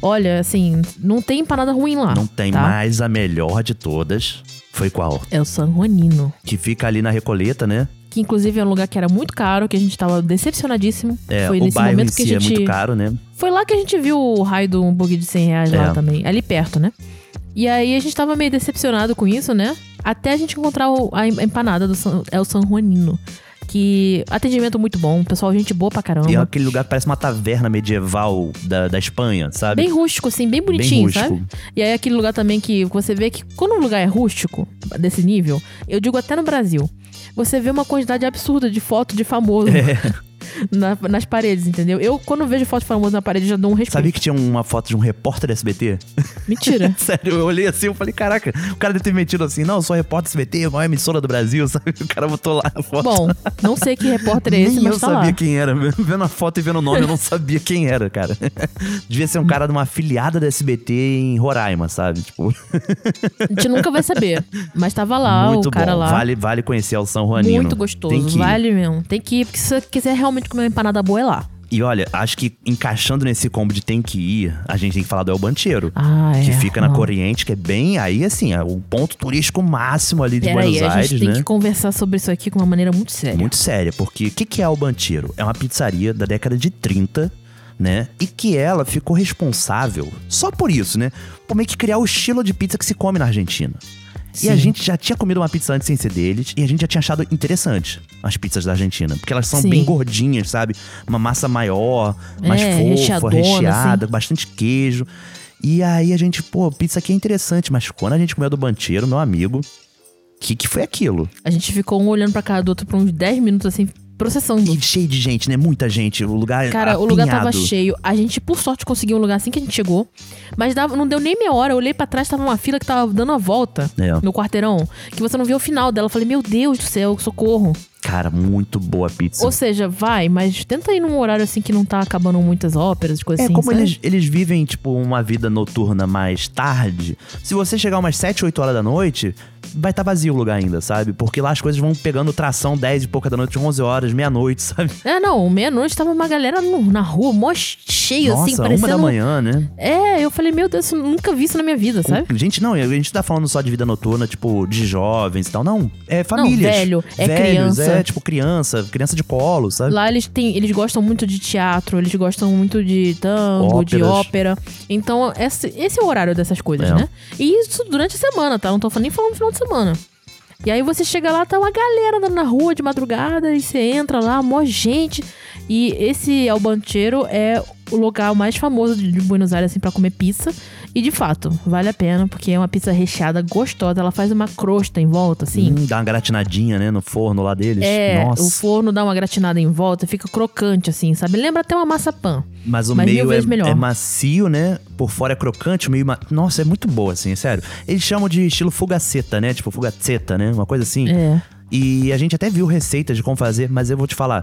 Speaker 1: Olha, assim, não tem empanada ruim lá.
Speaker 2: Não tem,
Speaker 1: tá?
Speaker 2: mas a melhor de todas foi qual?
Speaker 1: É o San Juanino.
Speaker 2: Que fica ali na Recoleta, né?
Speaker 1: Que inclusive é um lugar que era muito caro, que a gente tava decepcionadíssimo.
Speaker 2: É,
Speaker 1: Foi
Speaker 2: o
Speaker 1: nesse
Speaker 2: bairro em
Speaker 1: momento que
Speaker 2: si
Speaker 1: a
Speaker 2: é
Speaker 1: gente.
Speaker 2: muito caro, né?
Speaker 1: Foi lá que a gente viu o raio do hambúrguer de 100 reais
Speaker 2: É.
Speaker 1: lá também, ali perto, né? E aí a gente tava meio decepcionado com isso, né? Até a gente encontrar o- a em- a empanada do San, El San Juanino. Que atendimento muito bom, pessoal, gente boa pra caramba.
Speaker 2: E é aquele lugar que parece uma taverna medieval da, da Espanha, sabe?
Speaker 1: Bem rústico, assim, bem
Speaker 2: Bem
Speaker 1: bonitinho,
Speaker 2: rústico.
Speaker 1: sabe? E aí aquele lugar também que você vê que quando um lugar é rústico, desse
Speaker 2: É.
Speaker 1: nível, eu digo até no Brasil, você vê uma quantidade absurda de foto de famoso. na- nas paredes, entendeu? Eu, quando vejo foto de famoso na parede, já dou um respeito.
Speaker 2: Sabia que tinha uma foto de um repórter do SBT?
Speaker 1: Mentira.
Speaker 2: Sério, eu olhei assim, eu falei, caraca, o cara deve ter metido assim, não, eu sou repórter SBT, a maior emissora do Brasil, sabe? O cara botou lá a foto.
Speaker 1: Bom, não sei que repórter é esse,
Speaker 2: Nem
Speaker 1: mas
Speaker 2: eu
Speaker 1: tá
Speaker 2: sabia
Speaker 1: lá.
Speaker 2: quem era. Vendo a foto e vendo o nome, eu não sabia quem era, cara. Devia ser um cara de uma afiliada da SBT em Roraima, sabe? Tipo,
Speaker 1: A gente nunca vai saber. Mas tava lá,
Speaker 2: muito
Speaker 1: o cara
Speaker 2: bom.
Speaker 1: lá.
Speaker 2: Vale, vale conhecer o São Juanino.
Speaker 1: Muito gostoso,
Speaker 2: Tem que ir.
Speaker 1: vale mesmo. Tem que ir, porque se você quiser realmente comer uma empanada boa, é lá.
Speaker 2: E olha, acho que encaixando nesse combo de tem que ir, a gente tem que falar do El Banchero.
Speaker 1: Ah, é.
Speaker 2: Que fica na
Speaker 1: Não.
Speaker 2: Corriente, que é bem aí, assim, é o ponto turístico máximo ali de Buenos
Speaker 1: Peraí, a
Speaker 2: Aires,
Speaker 1: gente tem
Speaker 2: né?
Speaker 1: que conversar sobre isso aqui com uma maneira muito séria.
Speaker 2: Muito séria, porque o que, que é o Banchero? É uma pizzaria da década de 30, né? E que ela ficou responsável só por isso, né? Por meio que criar o estilo de pizza que se come na Argentina. E a
Speaker 1: Sim.
Speaker 2: gente já tinha comido uma pizza antes sem ser deles, e a gente já tinha achado interessante as pizzas da Argentina. Porque elas são
Speaker 1: Sim.
Speaker 2: bem gordinhas, sabe? Uma massa maior, mais
Speaker 1: É,
Speaker 2: fofa,
Speaker 1: recheadona,
Speaker 2: recheada, bastante queijo. E aí a gente, pô, pizza aqui é interessante, mas quando a gente comeu do Banchero, meu amigo, o que, que foi aquilo?
Speaker 1: A gente ficou um olhando pra cara do outro por uns 10 minutos, assim, processando.
Speaker 2: E cheio de gente, né? Muita gente. O lugar é
Speaker 1: Cara,
Speaker 2: apinhado.
Speaker 1: o lugar tava cheio. A gente, por sorte, conseguiu um lugar assim que a gente chegou. Mas dava- não deu nem meia hora. Eu olhei pra trás, tava uma fila que tava dando uma volta
Speaker 2: É.
Speaker 1: no quarteirão. Que você não viu o final dela. Eu falei, meu Deus do céu, socorro.
Speaker 2: Cara, muito boa a pizza.
Speaker 1: Ou seja, vai, mas tenta ir num horário assim que não tá acabando muitas óperas, coisas
Speaker 2: é,
Speaker 1: assim.
Speaker 2: como
Speaker 1: sabe?
Speaker 2: eles, eles vivem, tipo, uma vida noturna mais tarde, se você chegar umas 7, 8 horas da noite, vai estar vazio o lugar ainda, sabe? Porque lá as coisas vão pegando tração 10 e pouca da noite, 11 horas, meia-noite, sabe?
Speaker 1: É, não, meia-noite tava uma galera no- na rua, mó cheio, assim,
Speaker 2: Nossa,
Speaker 1: parecendo.
Speaker 2: uma da manhã, né?
Speaker 1: É, eu falei, meu Deus, isso- nunca vi isso na minha vida, sabe?
Speaker 2: Gente, não, a gente tá falando só de vida noturna, tipo, de jovens e tal. Não, é famílias.
Speaker 1: velho, é
Speaker 2: Velhos,
Speaker 1: criança.
Speaker 2: É, tipo, criança, criança de colo, sabe?
Speaker 1: Lá eles têm, eles gostam muito de teatro, eles gostam muito de tango, de
Speaker 2: Óperas.
Speaker 1: ópera. Então, esse, esse é o horário dessas coisas,
Speaker 2: É.
Speaker 1: né? E isso durante a semana, tá? Não tô falando- nem falando final de semana. E aí você chega lá, tá uma galera andando na rua de madrugada, e você entra lá, mó gente. E esse El Banchero é o lugar mais famoso de de Buenos Aires, assim, pra comer pizza. E de fato, vale a pena, porque é uma pizza recheada, gostosa. Ela faz uma crosta em volta, assim.
Speaker 2: Hum, dá uma gratinadinha, né, no forno lá deles.
Speaker 1: É,
Speaker 2: Nossa.
Speaker 1: o forno dá uma gratinada em volta, fica crocante assim, sabe? Lembra até uma massa pan.
Speaker 2: Mas o
Speaker 1: Mas mil
Speaker 2: meio
Speaker 1: vezes melhor.
Speaker 2: é, é macio, né? Por fora é crocante, o meio. Ma... Nossa, é muito boa, assim, sério. Eles chamam de estilo fugaceta, né? Tipo, fugaceta, né? Uma coisa assim.
Speaker 1: É.
Speaker 2: E a gente até viu receitas de como fazer, mas eu vou te falar: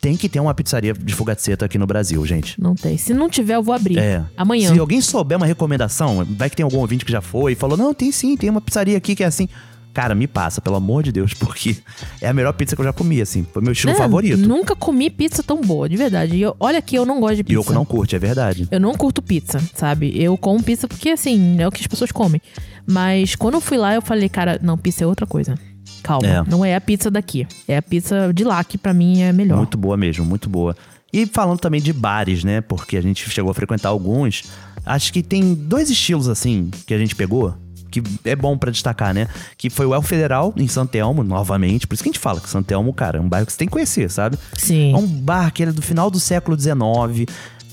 Speaker 2: tem que ter uma pizzaria de fugaceta aqui no Brasil, gente.
Speaker 1: Não tem. Se não tiver, eu vou abrir.
Speaker 2: É.
Speaker 1: Amanhã.
Speaker 2: Se alguém souber uma recomendação, vai que tem algum ouvinte que já foi e falou: não, tem sim, tem uma pizzaria aqui que é assim. Cara, me passa, pelo amor de Deus, porque é a melhor pizza que eu já comi, assim. Foi meu estilo
Speaker 1: É,
Speaker 2: favorito.
Speaker 1: Nunca comi pizza tão boa, de verdade. E eu- olha que eu não gosto de
Speaker 2: E
Speaker 1: pizza.
Speaker 2: Yoko não curte, é verdade.
Speaker 1: Eu não curto pizza, sabe? Eu como pizza porque, assim, é o que as pessoas comem. Mas quando eu fui lá, eu falei, cara, não, pizza é outra coisa. Calma,
Speaker 2: É.
Speaker 1: não é a pizza daqui. É a pizza de lá, que pra mim é melhor.
Speaker 2: Muito boa mesmo, muito boa. E falando também de bares, né? Porque a gente chegou a frequentar alguns. Acho que tem dois estilos, assim, que a gente pegou. Que é bom pra destacar, né? Que foi o El Federal, em Santelmo, novamente. Por isso que a gente fala que Santelmo, cara, é um bairro que você tem que conhecer, sabe?
Speaker 1: Sim.
Speaker 2: É um bar que ele é do final do século XIX,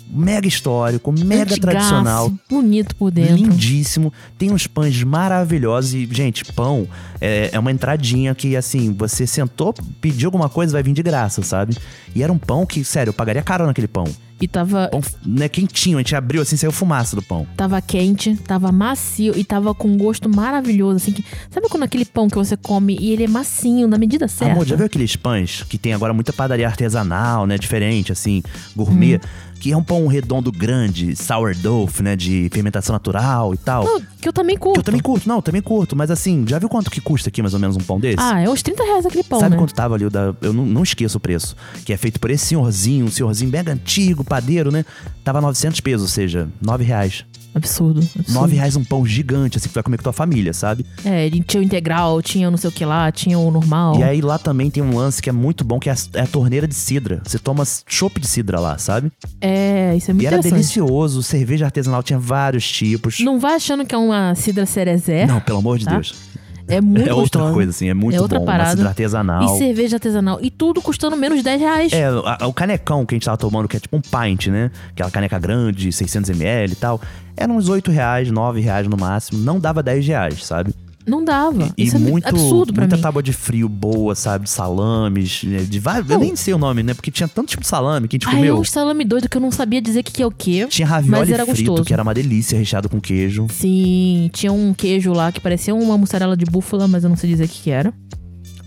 Speaker 2: mega histórico, mega
Speaker 1: Antigaço,
Speaker 2: tradicional.
Speaker 1: Bonito por dentro.
Speaker 2: Lindíssimo. Tem uns pães maravilhosos. E, gente, pão é, é uma entradinha que, assim, você sentou, pediu alguma coisa, vai vir de graça, sabe? E era um pão que, sério, eu pagaria caro naquele pão.
Speaker 1: E tava
Speaker 2: Pão né, quentinho, a gente abriu assim, saiu fumaça do pão.
Speaker 1: Tava quente, tava macio e tava com um gosto maravilhoso, assim. Que, sabe quando aquele pão que você come e ele é macinho, na medida certa?
Speaker 2: Amor, já viu aqueles pães que tem agora muita padaria artesanal, né? Diferente, assim, gourmet.
Speaker 1: Hum.
Speaker 2: Que é um pão redondo grande, sourdough, né? De fermentação natural e tal.
Speaker 1: Não, que eu também curto.
Speaker 2: Que eu também curto, não, eu também curto. Mas assim, já viu quanto que custa aqui mais ou menos um pão desse?
Speaker 1: Ah, é uns 30 reais aquele pão,
Speaker 2: Sabe
Speaker 1: né?
Speaker 2: quanto tava ali o da. Eu não, não esqueço o preço. Que é feito por esse senhorzinho, um senhorzinho mega antigo, padeiro, né? Tava 900 pesos, ou seja, 9 reais.
Speaker 1: Absurdo. absurdo.
Speaker 2: 9 reais um pão gigante, assim, que tu vai comer com tua família, sabe?
Speaker 1: É, ele tinha o integral, tinha o não sei o que lá, tinha o normal.
Speaker 2: E aí lá também tem um lance que é muito bom, que é a, é a torneira de cidra. Você toma chopp de cidra lá, sabe?
Speaker 1: É, isso é muito
Speaker 2: E era
Speaker 1: interessante.
Speaker 2: delicioso, cerveja artesanal tinha vários tipos.
Speaker 1: Não vai achando que é uma cidra cerezé.
Speaker 2: Não, pelo amor de
Speaker 1: Tá?
Speaker 2: Deus.
Speaker 1: É muito
Speaker 2: é outra
Speaker 1: gostosa.
Speaker 2: coisa, assim, é muito
Speaker 1: É outra
Speaker 2: bom. Uma
Speaker 1: parada.
Speaker 2: cidra
Speaker 1: E
Speaker 2: artesanal.
Speaker 1: cerveja artesanal. E tudo custando menos de 10 reais.
Speaker 2: É, a- a- o canecão que a gente tava tomando, que é tipo um pint, né? Aquela caneca grande, 600ml e tal. Era uns 8 reais, 9 reais no máximo. Não dava 10 reais, sabe?
Speaker 1: Não dava.
Speaker 2: E
Speaker 1: Isso é
Speaker 2: muito,
Speaker 1: absurdo pra
Speaker 2: muita
Speaker 1: mim.
Speaker 2: tábua de frio boa, sabe? De salames, né, de vários. Eu
Speaker 1: Não.
Speaker 2: nem sei o nome, né? Porque tinha tanto tipo de salame que a gente
Speaker 1: Aí é
Speaker 2: comeu.
Speaker 1: um salame doido que eu não sabia dizer o que que é o quê.
Speaker 2: Tinha
Speaker 1: mas
Speaker 2: ravioli
Speaker 1: era
Speaker 2: frito,
Speaker 1: gostoso.
Speaker 2: que era uma delícia, recheado com queijo.
Speaker 1: Sim, tinha um queijo lá que parecia uma mussarela de búfala, mas eu não sei dizer o que que era.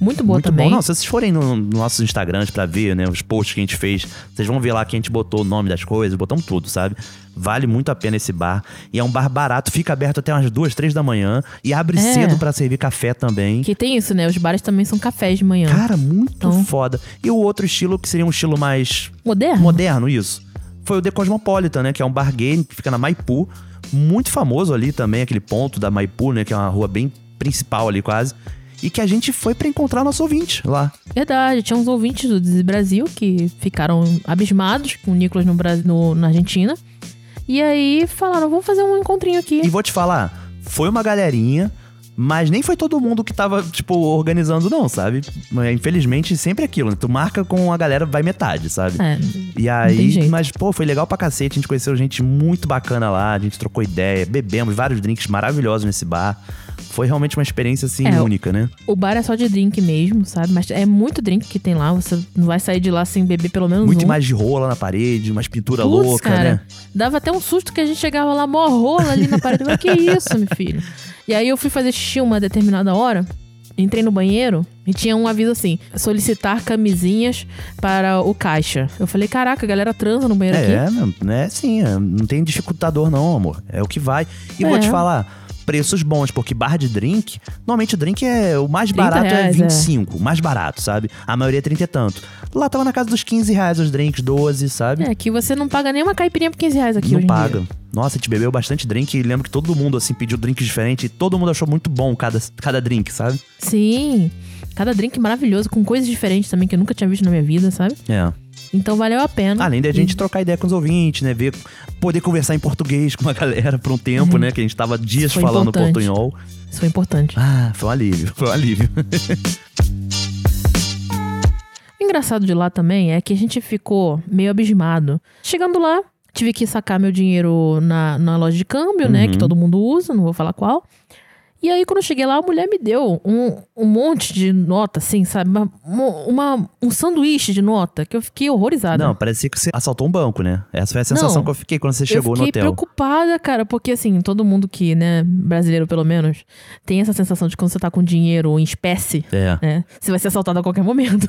Speaker 1: Muito boa
Speaker 2: Muito
Speaker 1: também.
Speaker 2: bom. Não, se vocês forem no, no nossos Instagrams pra ver, né, os posts que a gente fez, vocês vão ver lá que a gente botou o nome das coisas, botamos tudo, sabe? Vale muito a pena esse bar. E é um bar barato, fica aberto até umas duas, três da manhã e abre
Speaker 1: É.
Speaker 2: cedo pra servir café também.
Speaker 1: Que tem isso, né? Os bares também são cafés de manhã.
Speaker 2: Cara, muito
Speaker 1: Então.
Speaker 2: foda. E o outro estilo, que seria um estilo mais
Speaker 1: Moderno?
Speaker 2: moderno, isso, foi o The Cosmopolitan, né, que é um bar gay que fica na Maipu, muito famoso ali também, aquele ponto da Maipu, né, que é uma rua bem principal ali quase. E que a gente foi pra encontrar nosso ouvinte lá.
Speaker 1: Verdade, tinha uns ouvintes do Desi Brasil que ficaram abismados com o Nicolas no Brasil, no- na Argentina. E aí falaram, vamos fazer um encontrinho aqui.
Speaker 2: E vou te falar, foi uma galerinha, mas nem foi todo mundo que tava, tipo, organizando, não, sabe? Mas, Infelizmente, sempre é aquilo, né? Tu marca com a galera, vai metade, sabe?
Speaker 1: É,
Speaker 2: E
Speaker 1: tem
Speaker 2: aí,
Speaker 1: jeito.
Speaker 2: mas, pô, foi legal pra cacete. A gente conheceu gente muito bacana lá, a gente trocou ideia, bebemos vários drinks maravilhosos nesse bar. Foi realmente uma experiência, assim,
Speaker 1: É,
Speaker 2: única, né?
Speaker 1: o bar é só de drink mesmo, sabe? Mas é muito drink que tem lá, você não vai sair de lá sem beber pelo menos
Speaker 2: Muito
Speaker 1: um.
Speaker 2: mais de rola na parede, umas pintura
Speaker 1: Putz,
Speaker 2: louca,
Speaker 1: cara,
Speaker 2: né?
Speaker 1: Dava até um susto que a gente chegava lá, mó rola ali na parede. Mas que isso, meu filho? E aí eu fui fazer xixi uma determinada hora, entrei no banheiro e tinha um aviso assim: solicitar camisinhas para o caixa. Eu falei, caraca, a galera transa no banheiro aqui.
Speaker 2: É, né? Sim, é, não tem dificultador não, amor. É o que vai. E vou
Speaker 1: É.
Speaker 2: te falar, preços bons, porque bar de drink, normalmente o drink é o mais
Speaker 1: 30
Speaker 2: barato
Speaker 1: reais,
Speaker 2: é 25, o mais barato, sabe? A maioria é 30 e tanto. Lá tava na casa dos 15 reais os drinks, 12, sabe?
Speaker 1: É, que você não paga nenhuma caipirinha por 15 reais aqui hoje
Speaker 2: não
Speaker 1: em
Speaker 2: paga.
Speaker 1: dia.
Speaker 2: Nossa, a gente bebeu bastante drink e lembro que todo mundo assim pediu drinks diferentes e todo mundo achou muito bom cada, cada drink, sabe?
Speaker 1: Sim. Cada drink maravilhoso, com coisas diferentes também que eu nunca tinha visto na minha vida, sabe?
Speaker 2: É.
Speaker 1: Então valeu a pena.
Speaker 2: Além da gente trocar ideia com os ouvintes, né? Ver, poder conversar em português com a galera por um tempo, né? Que a gente tava dias
Speaker 1: Uhum. Foi
Speaker 2: falando
Speaker 1: importante.
Speaker 2: portunhol.
Speaker 1: Isso foi importante.
Speaker 2: Ah, foi um alívio, foi um alívio.
Speaker 1: O engraçado de lá também é que a gente ficou meio abismado. Chegando lá, tive que sacar meu dinheiro na, na loja de câmbio, né?
Speaker 2: Uhum.
Speaker 1: Que todo mundo usa, não vou falar qual. E aí, quando eu cheguei lá, a mulher me deu um, um monte de nota, assim, sabe? Uma, uma- um sanduíche de nota, que eu fiquei horrorizada.
Speaker 2: Não, parecia que você assaltou um banco, né? Essa foi a sensação
Speaker 1: Tá Não.
Speaker 2: que eu fiquei quando você
Speaker 1: eu
Speaker 2: chegou no
Speaker 1: fiquei
Speaker 2: hotel.
Speaker 1: preocupada, cara, porque assim, todo mundo que, né, brasileiro pelo menos, tem essa sensação de quando você tá com dinheiro em espécie,
Speaker 2: É,
Speaker 1: né? Você vai ser assaltado a qualquer momento.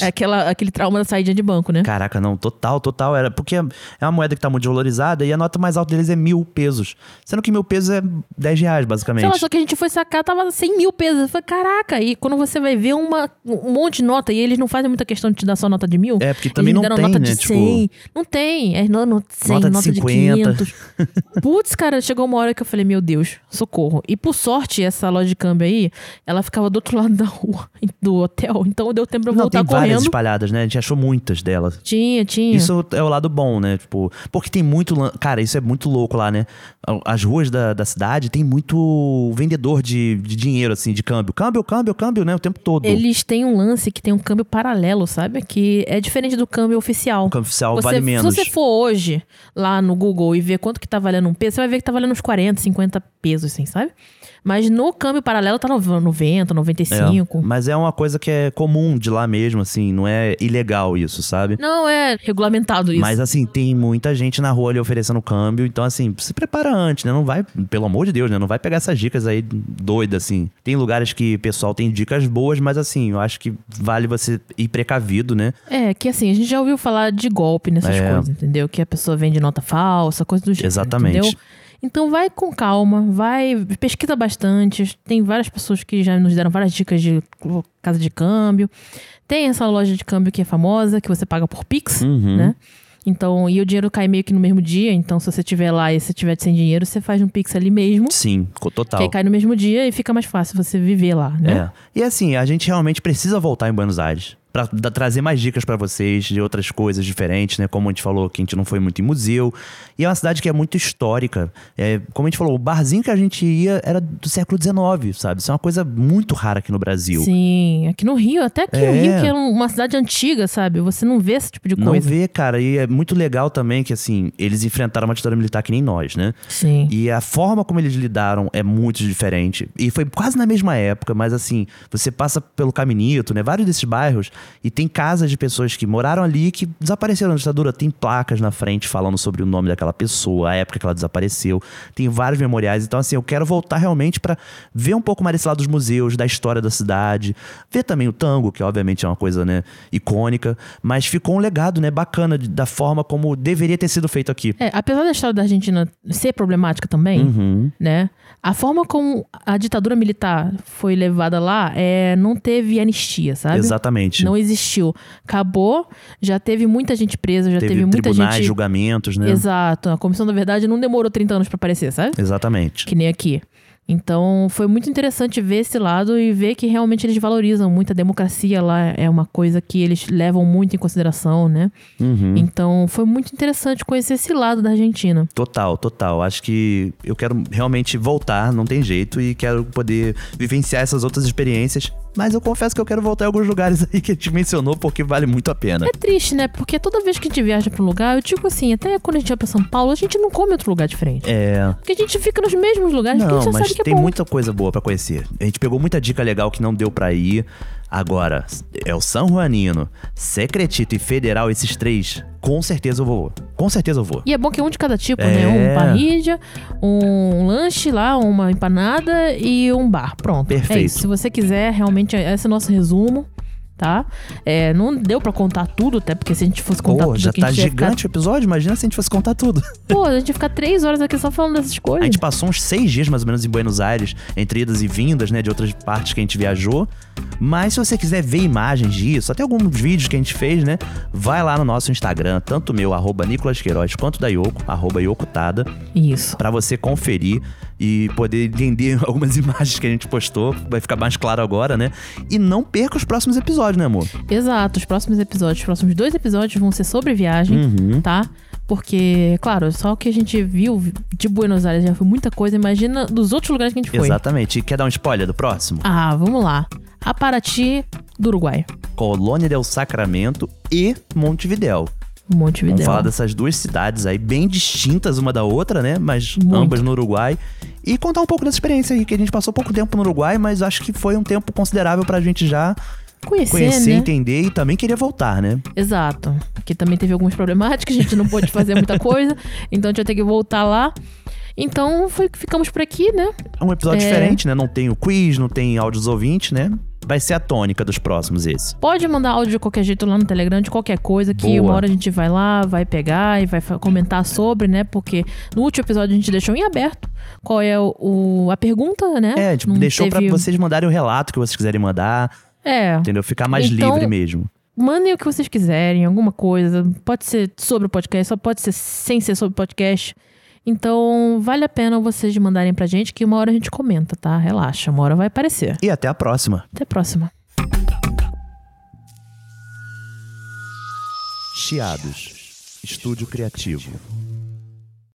Speaker 1: É aquela, aquele trauma da saída de banco, né?
Speaker 2: Caraca, não, total, total. Era porque é uma moeda que tá muito desvalorizada e a nota mais alta deles é mil pesos. Sendo que mil pesos é 10 reais,
Speaker 1: Sei lá,
Speaker 2: basicamente.
Speaker 1: só que a gente foi sacar, tava 100 mil pesos. Eu falei, caraca, e quando você vai ver uma, um monte de nota, e eles não fazem muita questão de te dar só nota de mil.
Speaker 2: É, porque também
Speaker 1: eles
Speaker 2: não
Speaker 1: me deram
Speaker 2: tem,
Speaker 1: nota
Speaker 2: né,
Speaker 1: de
Speaker 2: tipo-
Speaker 1: 100. Não tem, é no- nota de 100,
Speaker 2: Nota
Speaker 1: nota,
Speaker 2: de
Speaker 1: de
Speaker 2: 50.
Speaker 1: 500. Putz, cara, chegou uma hora que eu falei, meu Deus, socorro. E por sorte, essa loja de câmbio aí, ela ficava do outro lado da rua, do hotel. Então deu tempo pra eu
Speaker 2: não,
Speaker 1: voltar
Speaker 2: tem várias
Speaker 1: correndo.
Speaker 2: espalhadas, né? A gente achou muitas delas.
Speaker 1: Tinha, tinha.
Speaker 2: Isso é o lado bom, né? Tipo, porque tem muito. lan- Cara, isso é muito louco lá, né? As ruas da, da cidade tem muito vendedor de, de dinheiro, assim, de câmbio. Câmbio, câmbio, câmbio, né? O tempo todo.
Speaker 1: Eles têm um lance que tem um câmbio paralelo, sabe? Que é diferente do câmbio oficial.
Speaker 2: O câmbio oficial
Speaker 1: Você-
Speaker 2: vale menos.
Speaker 1: Se você for hoje lá no Google e ver quanto que tá valendo um peso, você vai ver que tá valendo uns 40, 50 pesos, assim, sabe? Mas no câmbio paralelo tá no- 90,
Speaker 2: É,
Speaker 1: 95.
Speaker 2: Mas é uma coisa que é comum de lá mesmo, assim, não é ilegal isso, sabe?
Speaker 1: Não é regulamentado isso.
Speaker 2: Mas assim, tem muita gente na rua ali oferecendo câmbio, então assim, se prepara antes, né? Não vai, pelo amor de Deus, né? Não vai pegar essas dicas aí doidas, assim. Tem lugares que o pessoal tem dicas boas, mas assim, eu acho que vale você ir precavido, né?
Speaker 1: É, que assim, a gente já ouviu falar de golpe nessas
Speaker 2: É.
Speaker 1: coisas, entendeu? Que a pessoa vende nota falsa, coisa do gênero.
Speaker 2: Exatamente.
Speaker 1: Entendeu? Então vai com calma, vai, pesquisa bastante. Tem várias pessoas que já nos deram várias dicas de casa de câmbio. Tem essa loja de câmbio que é famosa, que você paga por Pix,
Speaker 2: Uhum.
Speaker 1: né? Então, e o dinheiro cai meio que no mesmo dia. Então, se você estiver lá e você tiver sem dinheiro, você faz um Pix ali mesmo.
Speaker 2: Sim, co-
Speaker 1: Que aí
Speaker 2: total.
Speaker 1: cai no mesmo dia e fica mais fácil você viver lá, né?
Speaker 2: É. E assim, a gente realmente precisa voltar em Buenos Aires. pra dar- trazer mais dicas pra vocês de outras coisas diferentes, né? Como a gente falou, que a gente não foi muito em museu. E é uma cidade que é muito histórica. É, como a gente falou, o barzinho que a gente ia era do século XIX, sabe? Isso é uma coisa muito rara aqui no Brasil.
Speaker 1: Sim, aqui no Rio, até aqui
Speaker 2: É.
Speaker 1: no Rio, que é um- uma cidade antiga, sabe? Você não vê esse tipo de
Speaker 2: Não
Speaker 1: coisa.
Speaker 2: vê, cara. E é muito legal também que, assim, eles enfrentaram uma ditadura militar que nem nós, né?
Speaker 1: Sim.
Speaker 2: E a forma como eles lidaram é muito diferente. E foi quase na mesma época, mas assim, você passa pelo Caminito, né? Vários desses bairros, e tem casas de pessoas que moraram ali que desapareceram na ditadura. Tem placas na frente falando sobre o nome daquela pessoa, a época que ela desapareceu. Tem vários memoriais. Então, assim, eu quero voltar realmente pra ver um pouco mais desse lado dos museus, da história da cidade, ver também o tango, que obviamente é uma coisa, né, icônica, mas ficou um legado, né, bacana de- da forma como deveria ter sido feito aqui.
Speaker 1: É, apesar da história da Argentina ser problemática também,
Speaker 2: Uhum.
Speaker 1: né? A forma como a ditadura militar foi levada lá é, não teve anistia, É, sabe?
Speaker 2: Exatamente.
Speaker 1: Não existiu. Acabou, já teve muita gente presa, já teve,
Speaker 2: teve,
Speaker 1: muita
Speaker 2: tribunais,
Speaker 1: gente.
Speaker 2: julgamentos, né?
Speaker 1: Exato. A Comissão da Verdade não demorou 30 anos pra aparecer, sabe?
Speaker 2: Exatamente.
Speaker 1: Que nem aqui. Então, foi muito interessante ver esse lado e ver que realmente eles valorizam muito a democracia lá. É uma coisa que eles levam muito em consideração, né?
Speaker 2: Uhum.
Speaker 1: Então, foi muito interessante conhecer esse lado da Argentina.
Speaker 2: Total, total. Acho que eu quero realmente voltar, não tem jeito, e quero poder vivenciar essas outras experiências. Mas eu confesso que eu quero voltar em alguns lugares aí que a gente mencionou, porque vale muito a pena.
Speaker 1: É triste, né? Porque toda vez que a gente viaja pra um lugar, eu digo assim, até quando a gente vai pra São Paulo, a gente não come em outro lugar diferente.
Speaker 2: É.
Speaker 1: Porque a gente fica nos mesmos lugares que a gente
Speaker 2: Não,
Speaker 1: já
Speaker 2: mas
Speaker 1: sabe que é
Speaker 2: tem
Speaker 1: bom.
Speaker 2: muita coisa boa pra conhecer. A gente pegou muita dica legal que não deu pra ir. Agora, é o São Juanino, Secretito e Federal, esses três, com certeza eu vou. Com certeza eu vou.
Speaker 1: E é bom que é um de cada tipo,
Speaker 2: É.
Speaker 1: né? Um parrídia, um lanche lá, uma empanada e um bar. Pronto. É
Speaker 2: Perfeito.
Speaker 1: isso. Se você quiser, realmente, esse é o nosso resumo, tá? É, não deu pra contar tudo, até porque se a gente fosse contar
Speaker 2: Pô,
Speaker 1: tudo
Speaker 2: já
Speaker 1: aqui, a
Speaker 2: tá
Speaker 1: gente ia ficar-
Speaker 2: gigante o episódio, imagina se a gente fosse contar tudo.
Speaker 1: Pô, a gente ia ficar três horas aqui só falando dessas
Speaker 2: A
Speaker 1: coisas.
Speaker 2: gente passou uns seis dias mais ou menos em Buenos Aires, entre idas e vindas, né, de outras partes que a gente viajou. Mas se você quiser ver imagens disso, até alguns vídeos que a gente fez, né, vai lá no nosso Instagram, tanto o meu, arroba Nicolas Queiroz, quanto da Yoko, arroba Yokotada,
Speaker 1: Isso.
Speaker 2: pra você conferir e poder entender algumas imagens que a gente postou. Vai ficar mais claro agora, né? E não perca os próximos episódios, né, amor?
Speaker 1: Exato. Os próximos episódios, os próximos dois episódios vão ser sobre viagem,
Speaker 2: Uhum.
Speaker 1: tá? Porque, claro, só o que a gente viu de Buenos Aires já foi muita coisa. Imagina dos outros lugares que a gente foi.
Speaker 2: Exatamente. E quer dar um spoiler do próximo?
Speaker 1: Ah, vamos lá. A Paraty do Uruguai.
Speaker 2: Colônia del Sacramento e Montevidéu. Vamos
Speaker 1: Montevideo.
Speaker 2: falar dessas duas cidades aí, bem distintas uma da outra, né? Mas
Speaker 1: Muito.
Speaker 2: ambas no Uruguai. E contar um pouco dessa experiência aí, que a gente passou pouco tempo no Uruguai, mas acho que foi um tempo considerável pra gente já
Speaker 1: Conhecer,
Speaker 2: conhecer,
Speaker 1: né?
Speaker 2: entender e também querer voltar, né?
Speaker 1: Exato. Porque também teve algumas problemáticas, a gente não pôde fazer muita coisa, então a gente vai ter que voltar lá. Então foi, ficamos por aqui, né?
Speaker 2: É um episódio
Speaker 1: É.
Speaker 2: diferente, né? Não tem o quiz, não tem áudios ouvintes, né? Vai ser a tônica dos próximos esse.
Speaker 1: Pode mandar áudio de qualquer jeito lá no Telegram, de qualquer coisa, que
Speaker 2: Boa.
Speaker 1: uma hora a gente vai lá, vai pegar e vai fa- comentar sobre, né? Porque no último episódio a gente deixou em aberto qual é o, o- a pergunta, né?
Speaker 2: É, tipo,
Speaker 1: Não
Speaker 2: deixou
Speaker 1: teve-
Speaker 2: pra vocês mandarem o relato que vocês quiserem mandar,
Speaker 1: É,
Speaker 2: entendeu? Ficar mais
Speaker 1: Então-
Speaker 2: livre mesmo.
Speaker 1: mandem o que vocês quiserem, alguma coisa. Pode ser sobre o podcast, só pode ser sem ser sobre o podcast. Então, vale a pena vocês mandarem pra gente, que uma hora a gente comenta, tá? Relaxa, uma hora vai aparecer.
Speaker 2: E até a próxima.
Speaker 1: Até a próxima.
Speaker 2: Chiados. Estúdio Criativo.